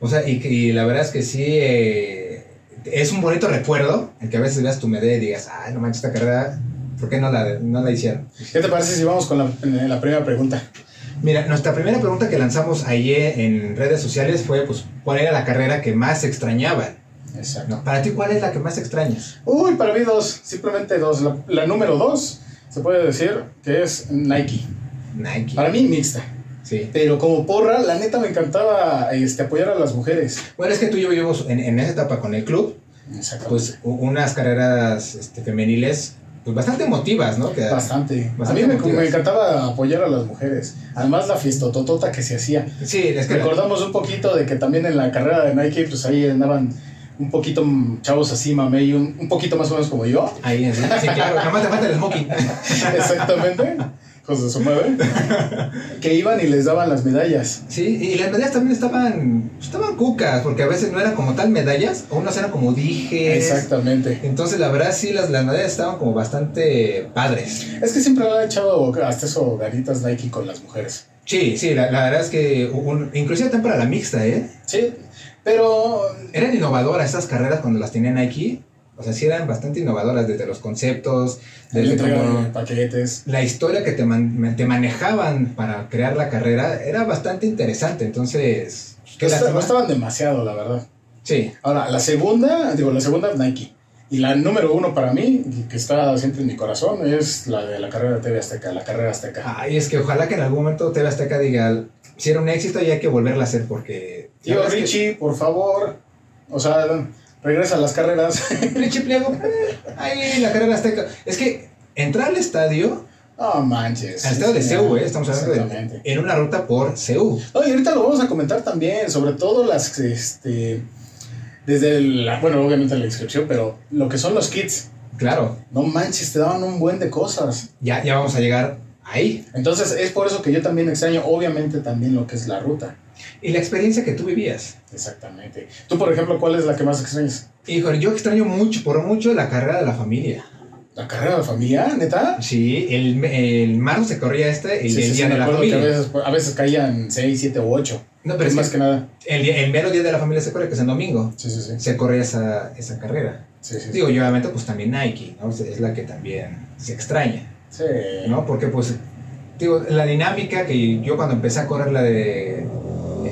O sea, y, que- y la verdad es que sí, eh, es un bonito recuerdo el que a veces veas tu medalla y digas, ay, no manches, esta carrera, ¿por qué no la, no la hicieron? ¿Qué te parece si vamos con la, eh, la primera pregunta? Mira, nuestra primera pregunta que lanzamos ayer en redes sociales fue, pues, ¿cuál era la carrera que más extrañaban? Exacto. No, Para ti, ¿cuál es la que más extrañas? Uy, para mí dos, simplemente dos. La, la número dos se puede decir que es Nike. Nike. Para mí mixta. Sí. Pero como porra, la neta me encantaba este, apoyar a las mujeres. Bueno, es que tú y yo vivimos en, en esa etapa con el club, Exacto. pues u- unas carreras este, femeniles pues, bastante emotivas, ¿no? Que, Bastante. Bastante a mí me, motivas. me encantaba apoyar a las mujeres. Además, la fiestototota que se hacía. sí, es que Recordamos un poquito de que también en la carrera de Nike, pues ahí andaban un poquito mm, chavos así, mamey, un, un poquito más o menos como yo. ahí es, sí, claro, nada más te falta el smoking. Exactamente. Hijos de su madre. Que iban y les daban las medallas. Sí, y las medallas también estaban estaban cucas, porque a veces no eran como tal medallas, o unas eran como dijes. Exactamente. Entonces, la verdad, sí, las, las medallas estaban como bastante padres. Es que siempre le han echado hasta eso ganitas Nike con las mujeres. Sí, sí, la, la verdad es que un- inclusive también para la mixta, ¿eh? Sí, pero eran innovadoras esas carreras cuando las tenían aquí. O sea, sí eran bastante innovadoras desde los conceptos, le desde entregan cómo- paquetes. la historia que te, man- te manejaban para crear la carrera era bastante interesante. Entonces, qué No esta- lástima. no estaban demasiado, la verdad. Sí, Ahora, la segunda, digo, la segunda Nike. Y la número uno para mí, y que está siempre en mi corazón, es la de la carrera de TV Azteca, la carrera Azteca. Ay, es que ojalá que en algún momento TV Azteca diga, si era un éxito y hay que volverla a hacer porque... la Tío verdad es Richie, por favor, o sea, regresa a las carreras. que- Richie Pliego, eh, ahí la carrera Azteca. Es que entrar al estadio, No manches. al estadio de Sí, CEU, eh, estamos hablando de... Exactamente. En una ruta por CEU. No, y ahorita lo vamos a comentar también, sobre todo las, este, desde la, bueno, obviamente la inscripción, pero lo que son los kits, Claro, no manches, te daban un buen de cosas. ya, ya vamos a llegar ahí. Entonces, es por eso que yo también extraño, obviamente, también lo que es la ruta. Y la experiencia que tú vivías. Exactamente. Tú, por ejemplo, ¿cuál es la que más extrañas? Híjole, yo extraño mucho, por mucho, la carrera de la familia. ¿La carrera de la familia, neta? Sí, el, el marzo se corría este, el, el día me de la acuerdo que a familia. veces, a veces caían 6, 7 u 8. No, pero Pero es más que nada. que el, día- el mero día de la familia se corre, que es el domingo. Sí, sí, sí. Se corría esa, esa carrera. Sí, sí, sí. Digo, y obviamente, pues también Nike, ¿no? Es la que también se extraña, Sí. ¿no? Porque, pues, digo, la dinámica que yo cuando empecé a correr la de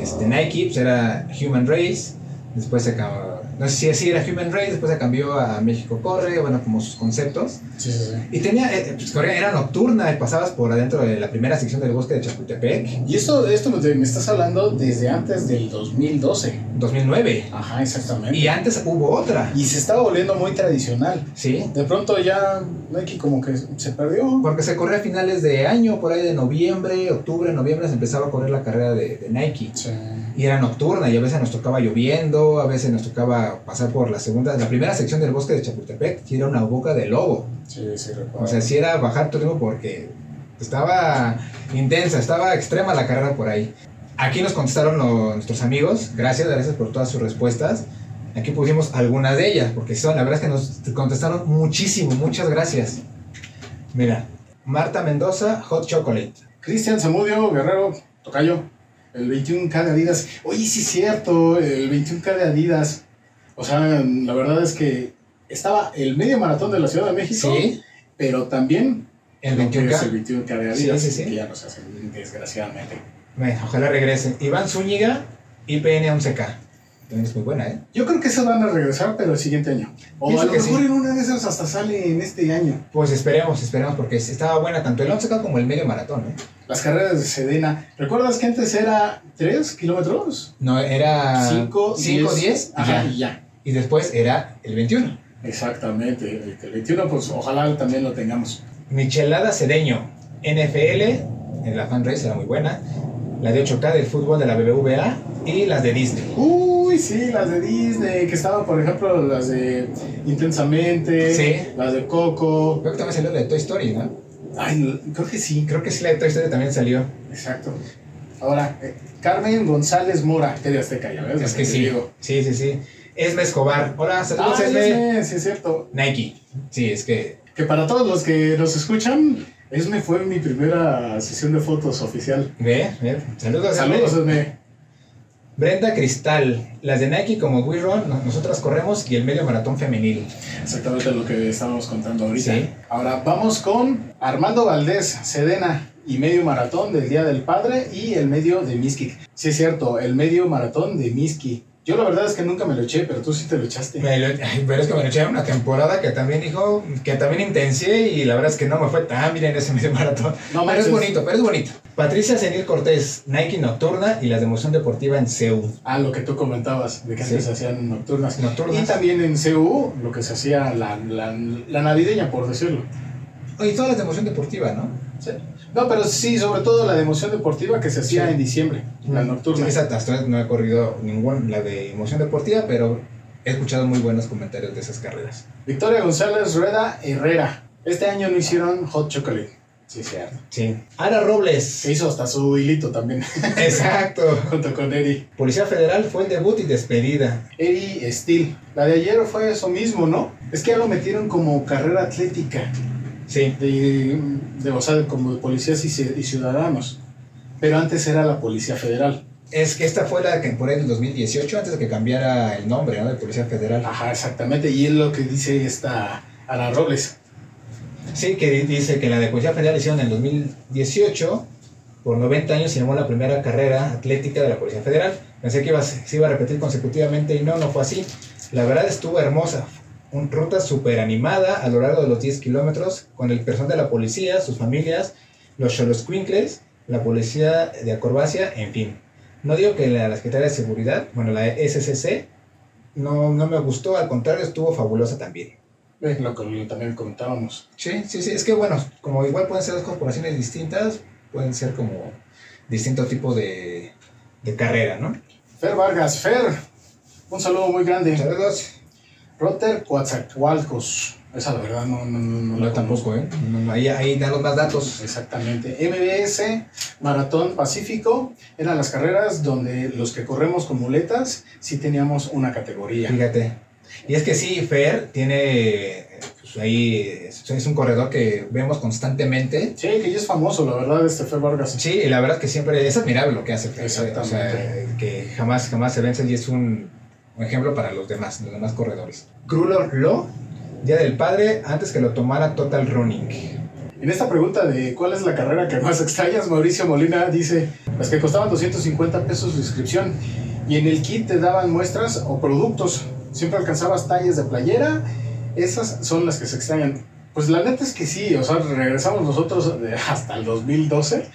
este, Nike, pues era Human Race, después se cambió. No sé si sí era Human Race, después se cambió a México Corre, bueno, como sus conceptos. Sí, sí, sí. Y tenía, eh, pues, Corea era nocturna, y pasabas por adentro de la primera sección del bosque de Chapultepec, Y esto, esto me, me estás hablando desde antes del 2012. 2009. Ajá, exactamente. Y antes hubo otra, Y se estaba volviendo muy tradicional. ¿sí? De pronto ya Nike como que se perdió. Porque se corría a finales de año, por ahí de noviembre, octubre, noviembre, se empezaba a correr la carrera de, de Nike. Sí. Y era nocturna, y a veces nos tocaba lloviendo, a veces nos tocaba pasar por la segunda, la primera sección del bosque de Chapultepec, que era una boca de lobo. Sí, sí, recuerdo. O sea, sí era bajar turismo porque estaba intensa, estaba extrema la carrera por ahí. Aquí nos contestaron lo- nuestros amigos, gracias, gracias por todas sus respuestas. Aquí pusimos algunas de ellas, porque son, la verdad es que nos contestaron muchísimo, muchas gracias. Mira, Marta Mendoza, Hot Chocolate. Cristian Zamudio, Guerrero, Tocayo, el 21K de Adidas. Oye, sí es cierto, el 21K de Adidas. O sea, la verdad es que estaba el medio maratón de la Ciudad de México, Sí. pero también El lo que es 21K. el 21K de Sí, Adidas, sí, sí. que ya no se hace, desgraciadamente. Bueno, ojalá regresen. Iván Zúñiga, IPN 11K. También es muy buena, ¿eh? Yo creo que esas van a regresar, pero el siguiente año. O Pienso a lo que mejor sí. en una de esas hasta sale en este año. Pues esperemos, esperemos, porque estaba buena tanto el 11K como el medio maratón, ¿eh? Las carreras de Sedena. ¿Recuerdas que antes era 3 kilómetros? No, era 5, 5, 10 Ah, y Ajá, ya. y ya. y después era el 21. Exactamente. El que El 21, pues ojalá también lo tengamos. Michelada Cedeño, NFL, en la fan race era muy buena, la de 8K del fútbol de la BBVA y las de Disney. Uy, sí, las de Disney, que estaban, por ejemplo, las de Intensamente, Sí. las de Coco. Creo que también salió la de Toy Story, ¿no? Ay, no, creo que sí. Creo que sí, la de Toy Story también salió. Exacto. Ahora, eh, Carmen González Mora, que de Azteca, ya ves. Es lo que te sí. digo. Sí, sí, sí. Esme Escobar. Hola, Ah, saludos, sí, Esme. sí, es cierto. Nike. Sí, es que Que para todos los que nos escuchan, Esme fue mi primera sesión de fotos oficial. Ve, ve. Saludos, Saludos, Saludos. Esme. Brenda Cristal. Las de Nike como We Run, no- nosotras corremos y el medio maratón femenil. Exactamente lo que estábamos contando ahorita. Sí. Ahora vamos con Armando Valdés, Sedena y medio maratón del Día del Padre y el medio de Miski. Sí, es cierto, el medio maratón de Miski. Yo la verdad es que nunca me lo eché, pero tú sí te lo echaste. Me lo- ay, pero es que me lo eché una temporada que también dijo, que también intensié y la verdad es que no me fue tan bien en ese medio maratón. No pero manches. es bonito, pero es bonito. Patricia Senil Cortés, Nike Nocturna y las de Emoción Deportiva en CEU. Ah, lo que tú comentabas, de que Sí. antes se hacían nocturnas. Nocturnas. Y también en CU, lo que se hacía la, la- la navideña, por decirlo. Oh, y todas las de Emoción Deportiva, ¿no? Sí. No, pero sí, sobre todo la de emoción deportiva que se hacía Sí. en diciembre, la nocturna. Sí, esa hasta ahora no he corrido ninguna, la de Emoción Deportiva, pero he escuchado muy buenos comentarios de esas carreras. Victoria González Rueda Herrera. Este año no hicieron hot chocolate. Sí, cierto. Sí. Ara Robles. Se hizo hasta su hilito también, Exacto. junto con Eri. Policía Federal fue el debut y despedida. Eri Steele. La de ayer fue eso mismo, ¿no? Es que ya lo metieron como carrera atlética, Sí. de, de, o sea, como de policías y, ci- y ciudadanos. Pero antes era la Policía Federal. Es que esta fue la temporada del 2018, antes de que cambiara el nombre, ¿no? De Policía Federal. Ajá, exactamente. Y es lo que dice esta Ana Robles. Sí, que di- dice que la de Policía Federal hicieron en el 2018. Por 90 años se llamó la primera carrera atlética de la Policía Federal. Pensé que iba a se se iba a repetir consecutivamente y no, no fue así. La verdad estuvo hermosa. Una ruta súper animada a lo largo de los 10 kilómetros con el personal de la policía, sus familias, los Xoloscuincles, la policía de Acrobacia, en fin. No digo que la, la Secretaría de Seguridad, bueno, la E SCC, no, no me gustó, al contrario, estuvo fabulosa también. Eh, Lo que también comentábamos. Sí, sí, sí. Es que bueno, como igual pueden ser dos corporaciones distintas, pueden ser como distintos tipos de, de carrera, ¿no? Fer Vargas, Fer. Un saludo muy grande. Saludos. Rotter Coatzacoalcos. Esa la verdad no, no, no, no la conozco. ¿eh? No, no, ahí, ahí dan los más datos. Exactamente. MBS, Maratón Pacífico, eran las carreras donde los que corremos con muletas sí teníamos una categoría. Fíjate. Y es que sí, Fer tiene. pues, ahí es es un corredor que vemos constantemente. Sí, que ya es famoso, la verdad, este Fer Vargas. Sí, y la verdad es que siempre es admirable lo que hace Fer. ¿eh? O sea, Exactamente. que jamás, jamás se vence y es un, un ejemplo para los demás, los demás corredores. Krulor Lo, Día del Padre, antes que lo tomara Total Running. En esta pregunta de cuál es la carrera que más extrañas, Mauricio Molina dice, las que costaban 250 pesos su inscripción y en el kit te daban muestras o productos, siempre alcanzabas tallas de playera, esas son las que se extrañan. Pues la neta es que sí, o sea, regresamos nosotros de- hasta el 2012,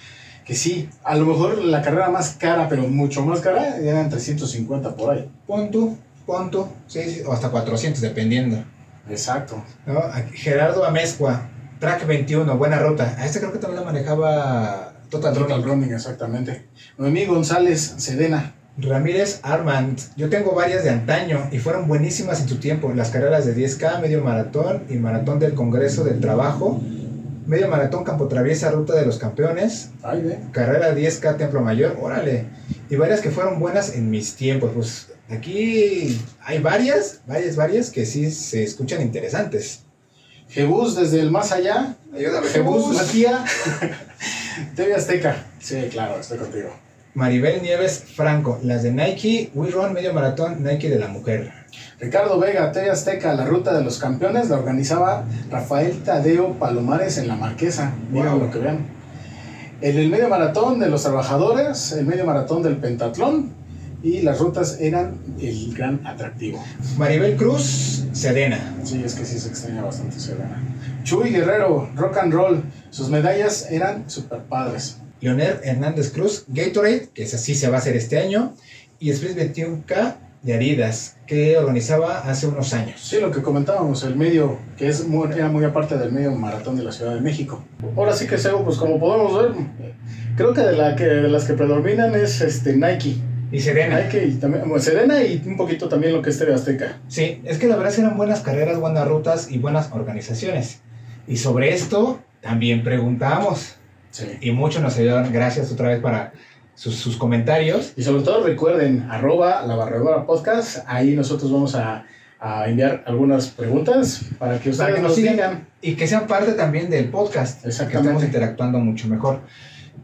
que sí, a lo mejor la carrera más cara, pero mucho más cara, eran 350 por ahí. Punto, punto, sí, sí, o hasta 400, dependiendo. Exacto. ¿no? Aquí, Gerardo Amezcua, Track 21, buena ruta. A este creo que también lo manejaba Total Total Running. Running, exactamente. Noemí González, Sedena. Ramírez Armand, yo tengo varias de antaño y fueron buenísimas en su tiempo. Las carreras de 10K, medio maratón y maratón del Congreso del Trabajo, medio maratón Campo Traviesa, ruta de los campeones, Ay, ve. carrera 10K Templo Mayor, órale. Y varias que fueron buenas en mis tiempos. Pues aquí hay varias, varias, varias que sí se escuchan interesantes. Jebus desde el más allá, Ayúdame, Jebus, la tía. TV Azteca. Sí, claro, estoy contigo. Maribel Nieves Franco, las de Nike, We Run Medio Maratón, Nike de la Mujer. Ricardo Vega, TV Azteca, la ruta de los campeones la organizaba Rafael Tadeo Palomares en La Marquesa. Miren Wow. lo que vean. El, el medio maratón de los trabajadores, el medio maratón del pentatlón y las rutas eran el gran atractivo. Maribel Cruz, Sedena. Sí, es que sí se extraña bastante Selena. Chuy Guerrero, rock and roll, sus medallas eran super padres. Leonel Hernández Cruz, Gatorade, que esa sí se va a hacer este año. Y Split 21K de Adidas, que organizaba hace unos años. Sí, lo que comentábamos, el medio, que es muy, era muy aparte del medio maratón de la Ciudad de México. Ahora sí que Sego, pues como podemos ver, creo que de, la que de las que predominan es este Nike. Y Sedena. Nike y también, bueno, Serena y un poquito también lo que es TV Azteca. Sí, es que la verdad sí eran buenas carreras, buenas rutas y buenas organizaciones. Y sobre esto también preguntamos. Sí. Y muchos nos ayudaron. Gracias otra vez para sus, sus comentarios. Y sobre todo recuerden, arroba la barredora podcast, ahí nosotros vamos a, a enviar algunas preguntas para que ustedes Para que nos nos sigan. digan. Y que sean parte también del podcast. que Exactamente. estamos interactuando mucho mejor.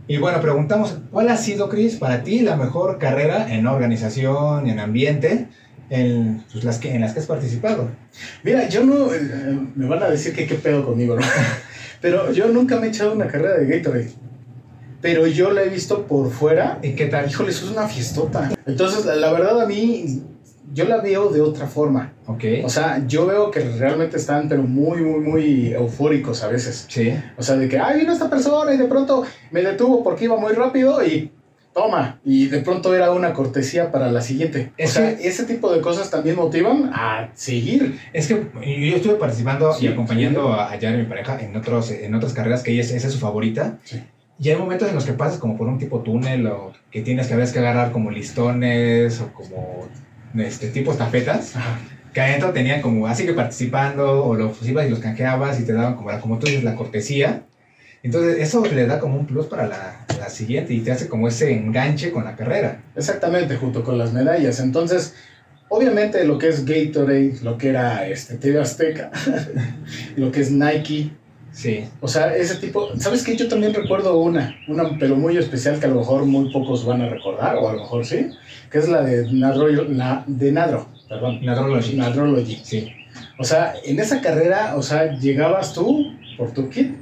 Y bueno, preguntamos, ¿cuál ha sido, Cris, para ti la mejor carrera en organización, en ambiente, en, pues, las, que, en las que has participado? Mira, yo no. eh, eh, me van a decir que qué pedo conmigo, ¿no? Pero yo nunca me he echado una carrera de Gatorade. Pero yo la he visto por fuera. ¿Y qué tal? Híjole, eso es una fiestota. Entonces, la, la verdad, a mí. Yo la veo de otra forma. Ok. O sea, yo veo que realmente están, pero muy, muy, muy eufóricos a veces. Sí. O sea, de que, ay, vino esta persona y de pronto me detuvo porque iba muy rápido y toma. Y de pronto era una cortesía para la siguiente. Es o sea, que- ese tipo de cosas también motivan a seguir. Es que yo estuve participando Sí, y acompañando a a Yara, mi pareja, en, otros, en otras carreras que ella es, esa es su favorita. Sí. Y hay momentos en los que pasas como por un tipo túnel o que tienes que a veces que agarrar como listones o como este tipo estafetas. Que adentro tenían como así que participando o los ibas y los canjeabas y te daban como, la- como tú dices, la cortesía. Entonces eso le da como un plus para la, la siguiente y te hace como ese enganche con la carrera. Exactamente, junto con las medallas. Entonces, obviamente lo que es Gatorade, lo que era este TV Azteca, lo que es Nike, Sí. o sea, ese tipo, ¿sabes qué? Yo también recuerdo una, una pero muy especial que a lo mejor muy pocos van a recordar, o a lo mejor sí, que es la de Nadro, la de Nadro, perdón, Nadrology. Nadrology. Sí. O sea, en esa carrera, o sea, llegabas tú por tu kit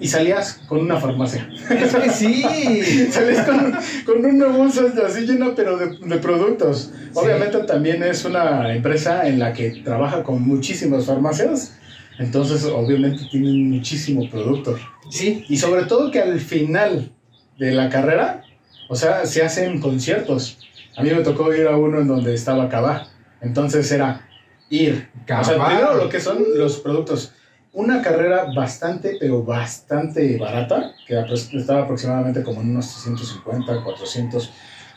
y salías con una farmacia. Es que sí. Salís con, con una bolsa así llena, pero de, de productos. Obviamente también es una empresa en la que trabaja con muchísimas farmacias. Entonces, obviamente tienen muchísimo producto. Sí, Y sobre todo que al final de la carrera, o sea, se hacen conciertos. A mí me tocó ir a uno en donde estaba Cabá. Entonces era ir. O sea, Cabá. primero lo que son los productos. Una carrera bastante, pero bastante barata, que apro- estaba aproximadamente como en unos 350, 400,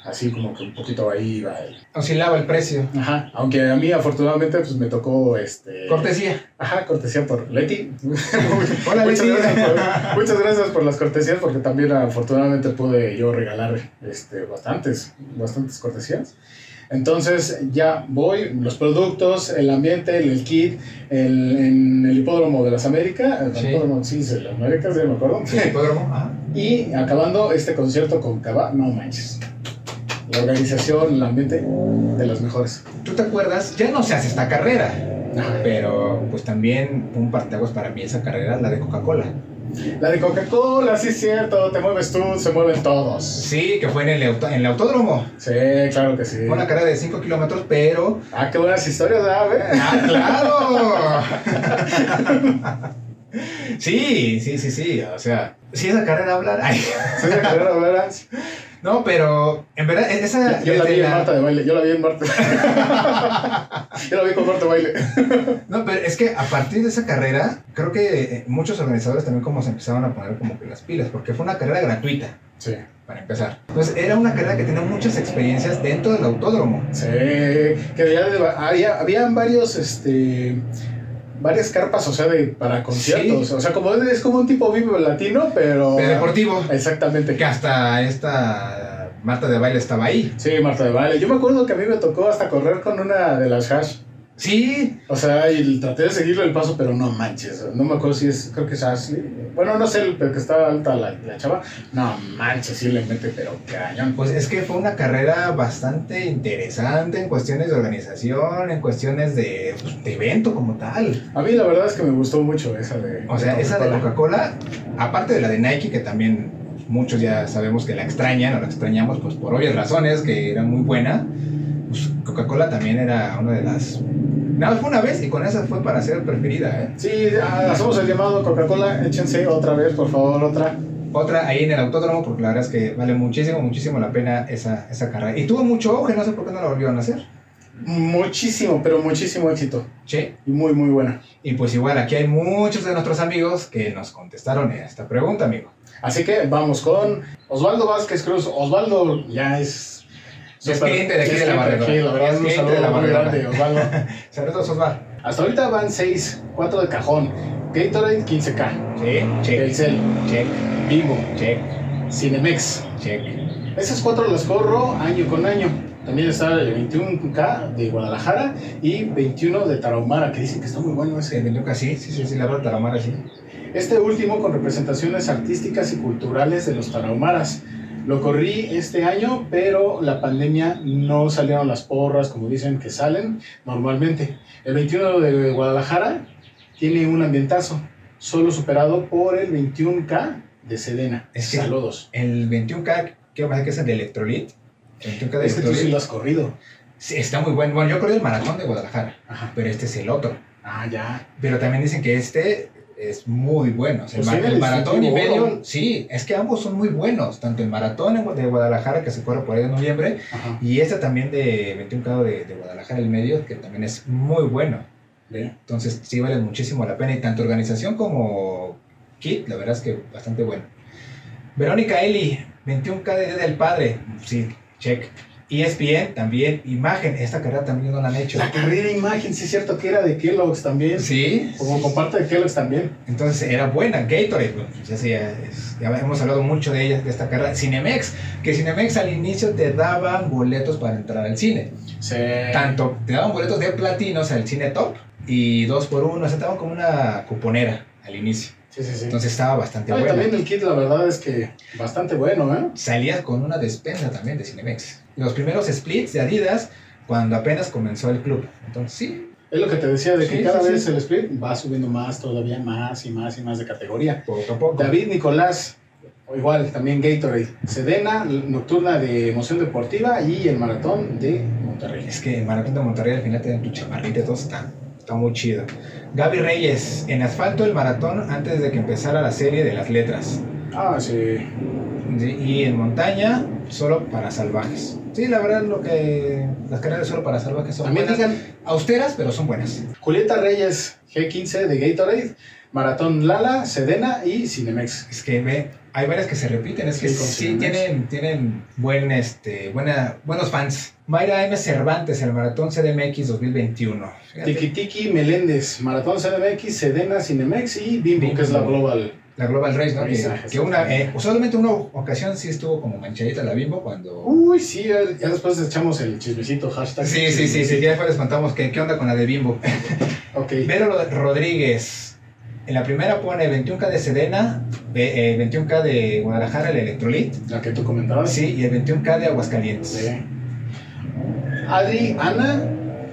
así como que un poquito ahí iba. el- oscilaba el precio. Ajá, aunque a mí afortunadamente pues me tocó este... Cortesía. Ajá, cortesía por Leti. Hola, muchas, Leti. Gracias por, muchas gracias por las cortesías, porque también afortunadamente pude yo regalar este, bastantes, bastantes cortesías. Entonces ya voy, los productos, el ambiente, el, el kit, el, en el hipódromo de las Américas, el Sí. hipódromo, sí, de las Américas, ya me acuerdo. Sí, hipódromo, ajá. Y acabando este concierto con Cava, no manches. La organización, el ambiente, de las mejores. ¿Tú te acuerdas? Ya no se hace esta carrera, Ajá. pero pues también un parteaguas para mí esa carrera, la de Coca-Cola. La de Coca-Cola, sí es cierto, te mueves tú, se mueven todos. Sí, que fue en el, auto- en el autódromo. Sí, claro que sí. Fue una carrera de 5 kilómetros, pero... Ah, qué buenas historias, ¿sabes? ¡Ah, claro! Sí, sí, sí, sí, o sea, sí esa carrera hablar. Ay, Sí, claro, ¿verdad? no, pero en verdad e-, esa Yo la desde vi en la- Marta de baile, yo la vi en Marta. Yo la vi con Marta de baile. No, pero es que a partir de esa carrera, creo que eh, muchos organizadores también como se empezaron a poner como que las pilas, porque fue una carrera gratuita. Sí. para empezar. Entonces era una carrera que tenía muchas experiencias dentro del autódromo. Sí, que había, de- había habían varios, este, varias carpas, o sea, de, para conciertos. O sea, como es, es como un tipo vivo latino, pero... De deportivo, Exactamente. que hasta esta Marta de baile estaba ahí. Sí, Marta de baile. Yo me acuerdo que a mí me tocó hasta correr con una de las hash. Sí, O sea, y traté de seguirle el paso, pero no manches. No me acuerdo si es, creo que es Ashley. Bueno, no sé, el el que estaba alta la, la chava. No manches, sí le mete, pero cañón. pues es que fue una carrera bastante interesante en cuestiones de organización, en cuestiones de, pues, de evento como tal. A mí la verdad es que me gustó mucho esa de. O sea, esa de Coca-Cola, aparte de la de Nike, que también muchos ya sabemos que la extrañan o la extrañamos pues por obvias razones, que era muy buena, pues Coca-Cola también era una de las... Nada, más fue una vez y con esa fue para ser preferida. ¿eh? Sí, ah, hacemos el llamado Coca-Cola. Échense otra vez, por favor, otra. Otra ahí en el autódromo, porque la verdad es que vale muchísimo, muchísimo la pena esa, esa carrera. Y tuvo mucho auge, no sé por qué no la volvieron a hacer. Muchísimo, pero muchísimo éxito. Che, Y muy, muy buena. Y pues igual aquí hay muchos de nuestros amigos que nos contestaron esta pregunta, amigo. Así que vamos con Osvaldo Vázquez Cruz. Osvaldo ya es. Es cliente de aquí de la barrera. barredora. la verdad, Es un cliente saludo de la muy barredora. grande, Osvaldo. Saludos, Osvaldo. Hasta ahorita van 6, 4 de cajón. Gatorade 15K. Sí, check, Telcel, check, Vivo, check, Cinemex. check. Esas cuatro las corro año con año. También está el 21K de Guadalajara y 21 de Tarahumara, que dicen que está muy bueno Se ese. vendió casi, sí, sí, sí, la verdad, la mara sí. Este último con representaciones artísticas y culturales de los Tarahumaras. Lo corrí este año, pero la pandemia no salieron las porras, como dicen que salen normalmente. El 21 de Guadalajara tiene un ambientazo, solo superado por el 21K de Sedena. Es que- Saludos. El 21K, quiero pensar que es el de Electrolit. El 21K de Es que Este tú sí Electrolit. lo has corrido. Sí, está muy bueno. Bueno, yo corrí el maratón de Guadalajara, Ajá. pero este es el otro. Ah, ya. Pero también dicen que este es muy bueno. O sea, el, Pues mar- tiene el el maratón y distintivo medio, oro. sí, es que ambos son muy buenos. Tanto el maratón en Gua- de Guadalajara, que se corre por ahí en noviembre, Ajá. Y esta también de 21 Cabo de, de Guadalajara, el medio, que también es muy bueno. Ve. Entonces, sí vale muchísimo la pena. Y tanto organización como kit, la verdad es que bastante bueno. Verónica Eli, 21K de Día del Padre. Sí, check. E ESPN también, imagen. Esta carrera también no la han hecho. La carrera de imagen, sí es cierto que era de Kellogg's también. Sí. Como comparte de Kellogg's también. Entonces era buena, Gatorade, bueno, pues, ya, sé, ya es- ya hemos hablado mucho de ella, de esta carrera. Cinemex, que Cinemex al inicio te daban boletos para entrar al cine. Se... Tanto, te daban boletos de platino, o sea, el cine top, y dos por uno, o sea, te daban como una cuponera al inicio. Sí, sí, sí. Entonces estaba bastante No, y bueno. Ah, también el kit, la verdad es que bastante bueno, ¿eh? Salías con una despensa también de Cinemex. Los primeros splits de Adidas cuando apenas comenzó el club. Entonces, sí, Es lo que te decía, de que Sí, cada sí, vez sí. el split va subiendo más, todavía más y más y más de categoría. poco a poco. David Nicolás, o igual, también Gatorade. Sedena, Nocturna de Emoción Deportiva y el Maratón de Monterrey. Es que el Maratón de Monterrey al final te dan tu chamarrita, todo está, está muy chido. Gaby Reyes, en asfalto el maratón antes de que empezara la serie de las letras. Ah, sí. Sí, Y en montaña, solo para salvajes. Sí, la verdad, lo que las carreras solo para salvajes son También buenas. digan, austeras, pero son buenas. Julieta Reyes, G15 de Gatorade, Maratón Lala, Sedena y Cinemex. Es que ve, hay varias que se repiten, es que Sí, sí, con Cinemex. tienen, tienen buen, este, buena, buenos fans. Mayra M. Cervantes, el Maratón CDMX 2021. Fíjate, Tikitiki Meléndez, Maratón CDMX, Sedena, Cinemex y Bimbo, Bimbo. que es la global. la Global Race, ¿no? Esa, Que, que esa. una, eh, solamente una ocasión sí estuvo como manchadita la bimbo cuando... Uy, sí, ya, ya después echamos el chismecito, hashtag. Sí, sí, sí, sí, ya después les contamos que, qué onda con la de bimbo. Ok. Vero Rod- Rodríguez. En la primera pone 21K de Sedena, ve- eh, 21K de Guadalajara, el Electrolit. La que tú comentabas. Ah, Sí, y el 21K de Aguascalientes. Sí. Adri, Ana,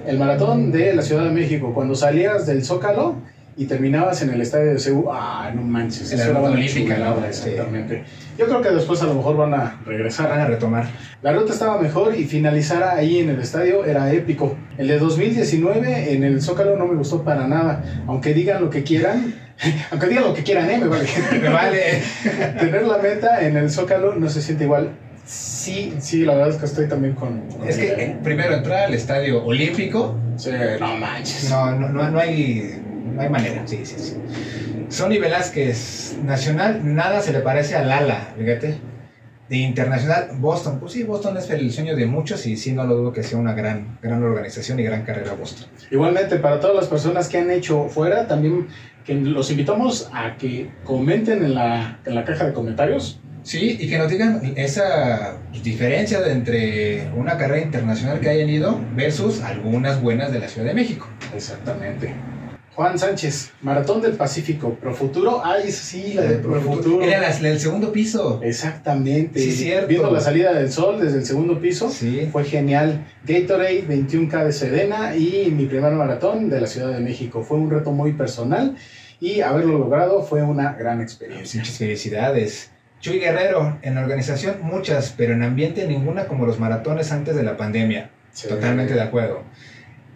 el maratón de la Ciudad de México. Cuando salías del Zócalo y terminabas en el estadio de Cebu, ah, no manches, En la eso era Ruta una Olímpica, chulada, ¿no? exactamente. Yo creo que después a lo mejor van a regresar. Van a retomar. La ruta estaba mejor y finalizar ahí en el estadio era épico. El de 2019 en el Zócalo no me gustó para nada. Aunque digan lo que quieran, aunque digan lo que quieran, ¿eh? Me vale. Me vale. Tener la meta en el Zócalo no se siente igual. Sí, sí, la verdad es que estoy también con. con Es que ella, eh, primero entrar al estadio olímpico, Sí, no manches. no, no, no, no hay, no hay manera. Sí, sí, sí. Sony Velázquez, nacional, nada se le parece a Lala, fíjate. De internacional, Boston. Pues sí, Boston es el sueño de muchos y sí, no lo dudo que sea una gran, gran organización y gran carrera Boston. Igualmente, para todas las personas que han hecho fuera, también que los invitamos a que comenten en la, en la caja de comentarios Sí, y que nos digan esa pues, diferencia de entre una carrera internacional que hayan ido versus algunas buenas de la Ciudad de México. Exactamente. Juan Sánchez, Maratón del Pacífico, Profuturo. Ay, esa sí, la de Profuturo. Era la- la del segundo piso. Exactamente. Sí, cierto. Viendo la salida del sol desde el segundo piso. Sí. Fue genial. Gatorade 21K de Sedena y mi primer maratón de la Ciudad de México. Fue un reto muy personal y haberlo logrado fue una gran experiencia. Muchas felicidades. Chuy Guerrero, en organización muchas, pero en ambiente ninguna como los maratones antes de la pandemia. Totalmente de acuerdo.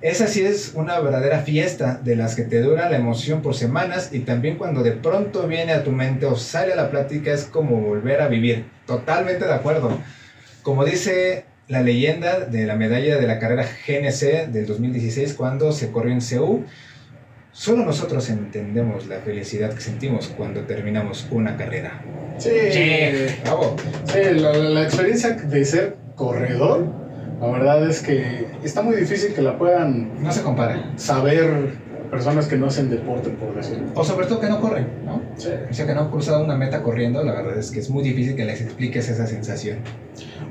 Esa sí es una verdadera fiesta de las que te dura la emoción por semanas y también cuando de pronto viene a tu mente o sale a la plática es como volver a vivir. Totalmente de acuerdo. Como dice la leyenda de la medalla de la carrera GNC del 2016 cuando se corrió en Seúl, solo nosotros entendemos la felicidad que sentimos cuando terminamos una carrera. Sí. Che, bravo. Sí, la, la- la experiencia de ser corredor, la verdad es que está muy difícil que la puedan No se compara. saber personas que no hacen deporte, por decirlo. O sobre todo que no corren, ¿no? Sí. O sea que no han cruzado una meta corriendo, la verdad es que es muy difícil que les expliques esa sensación.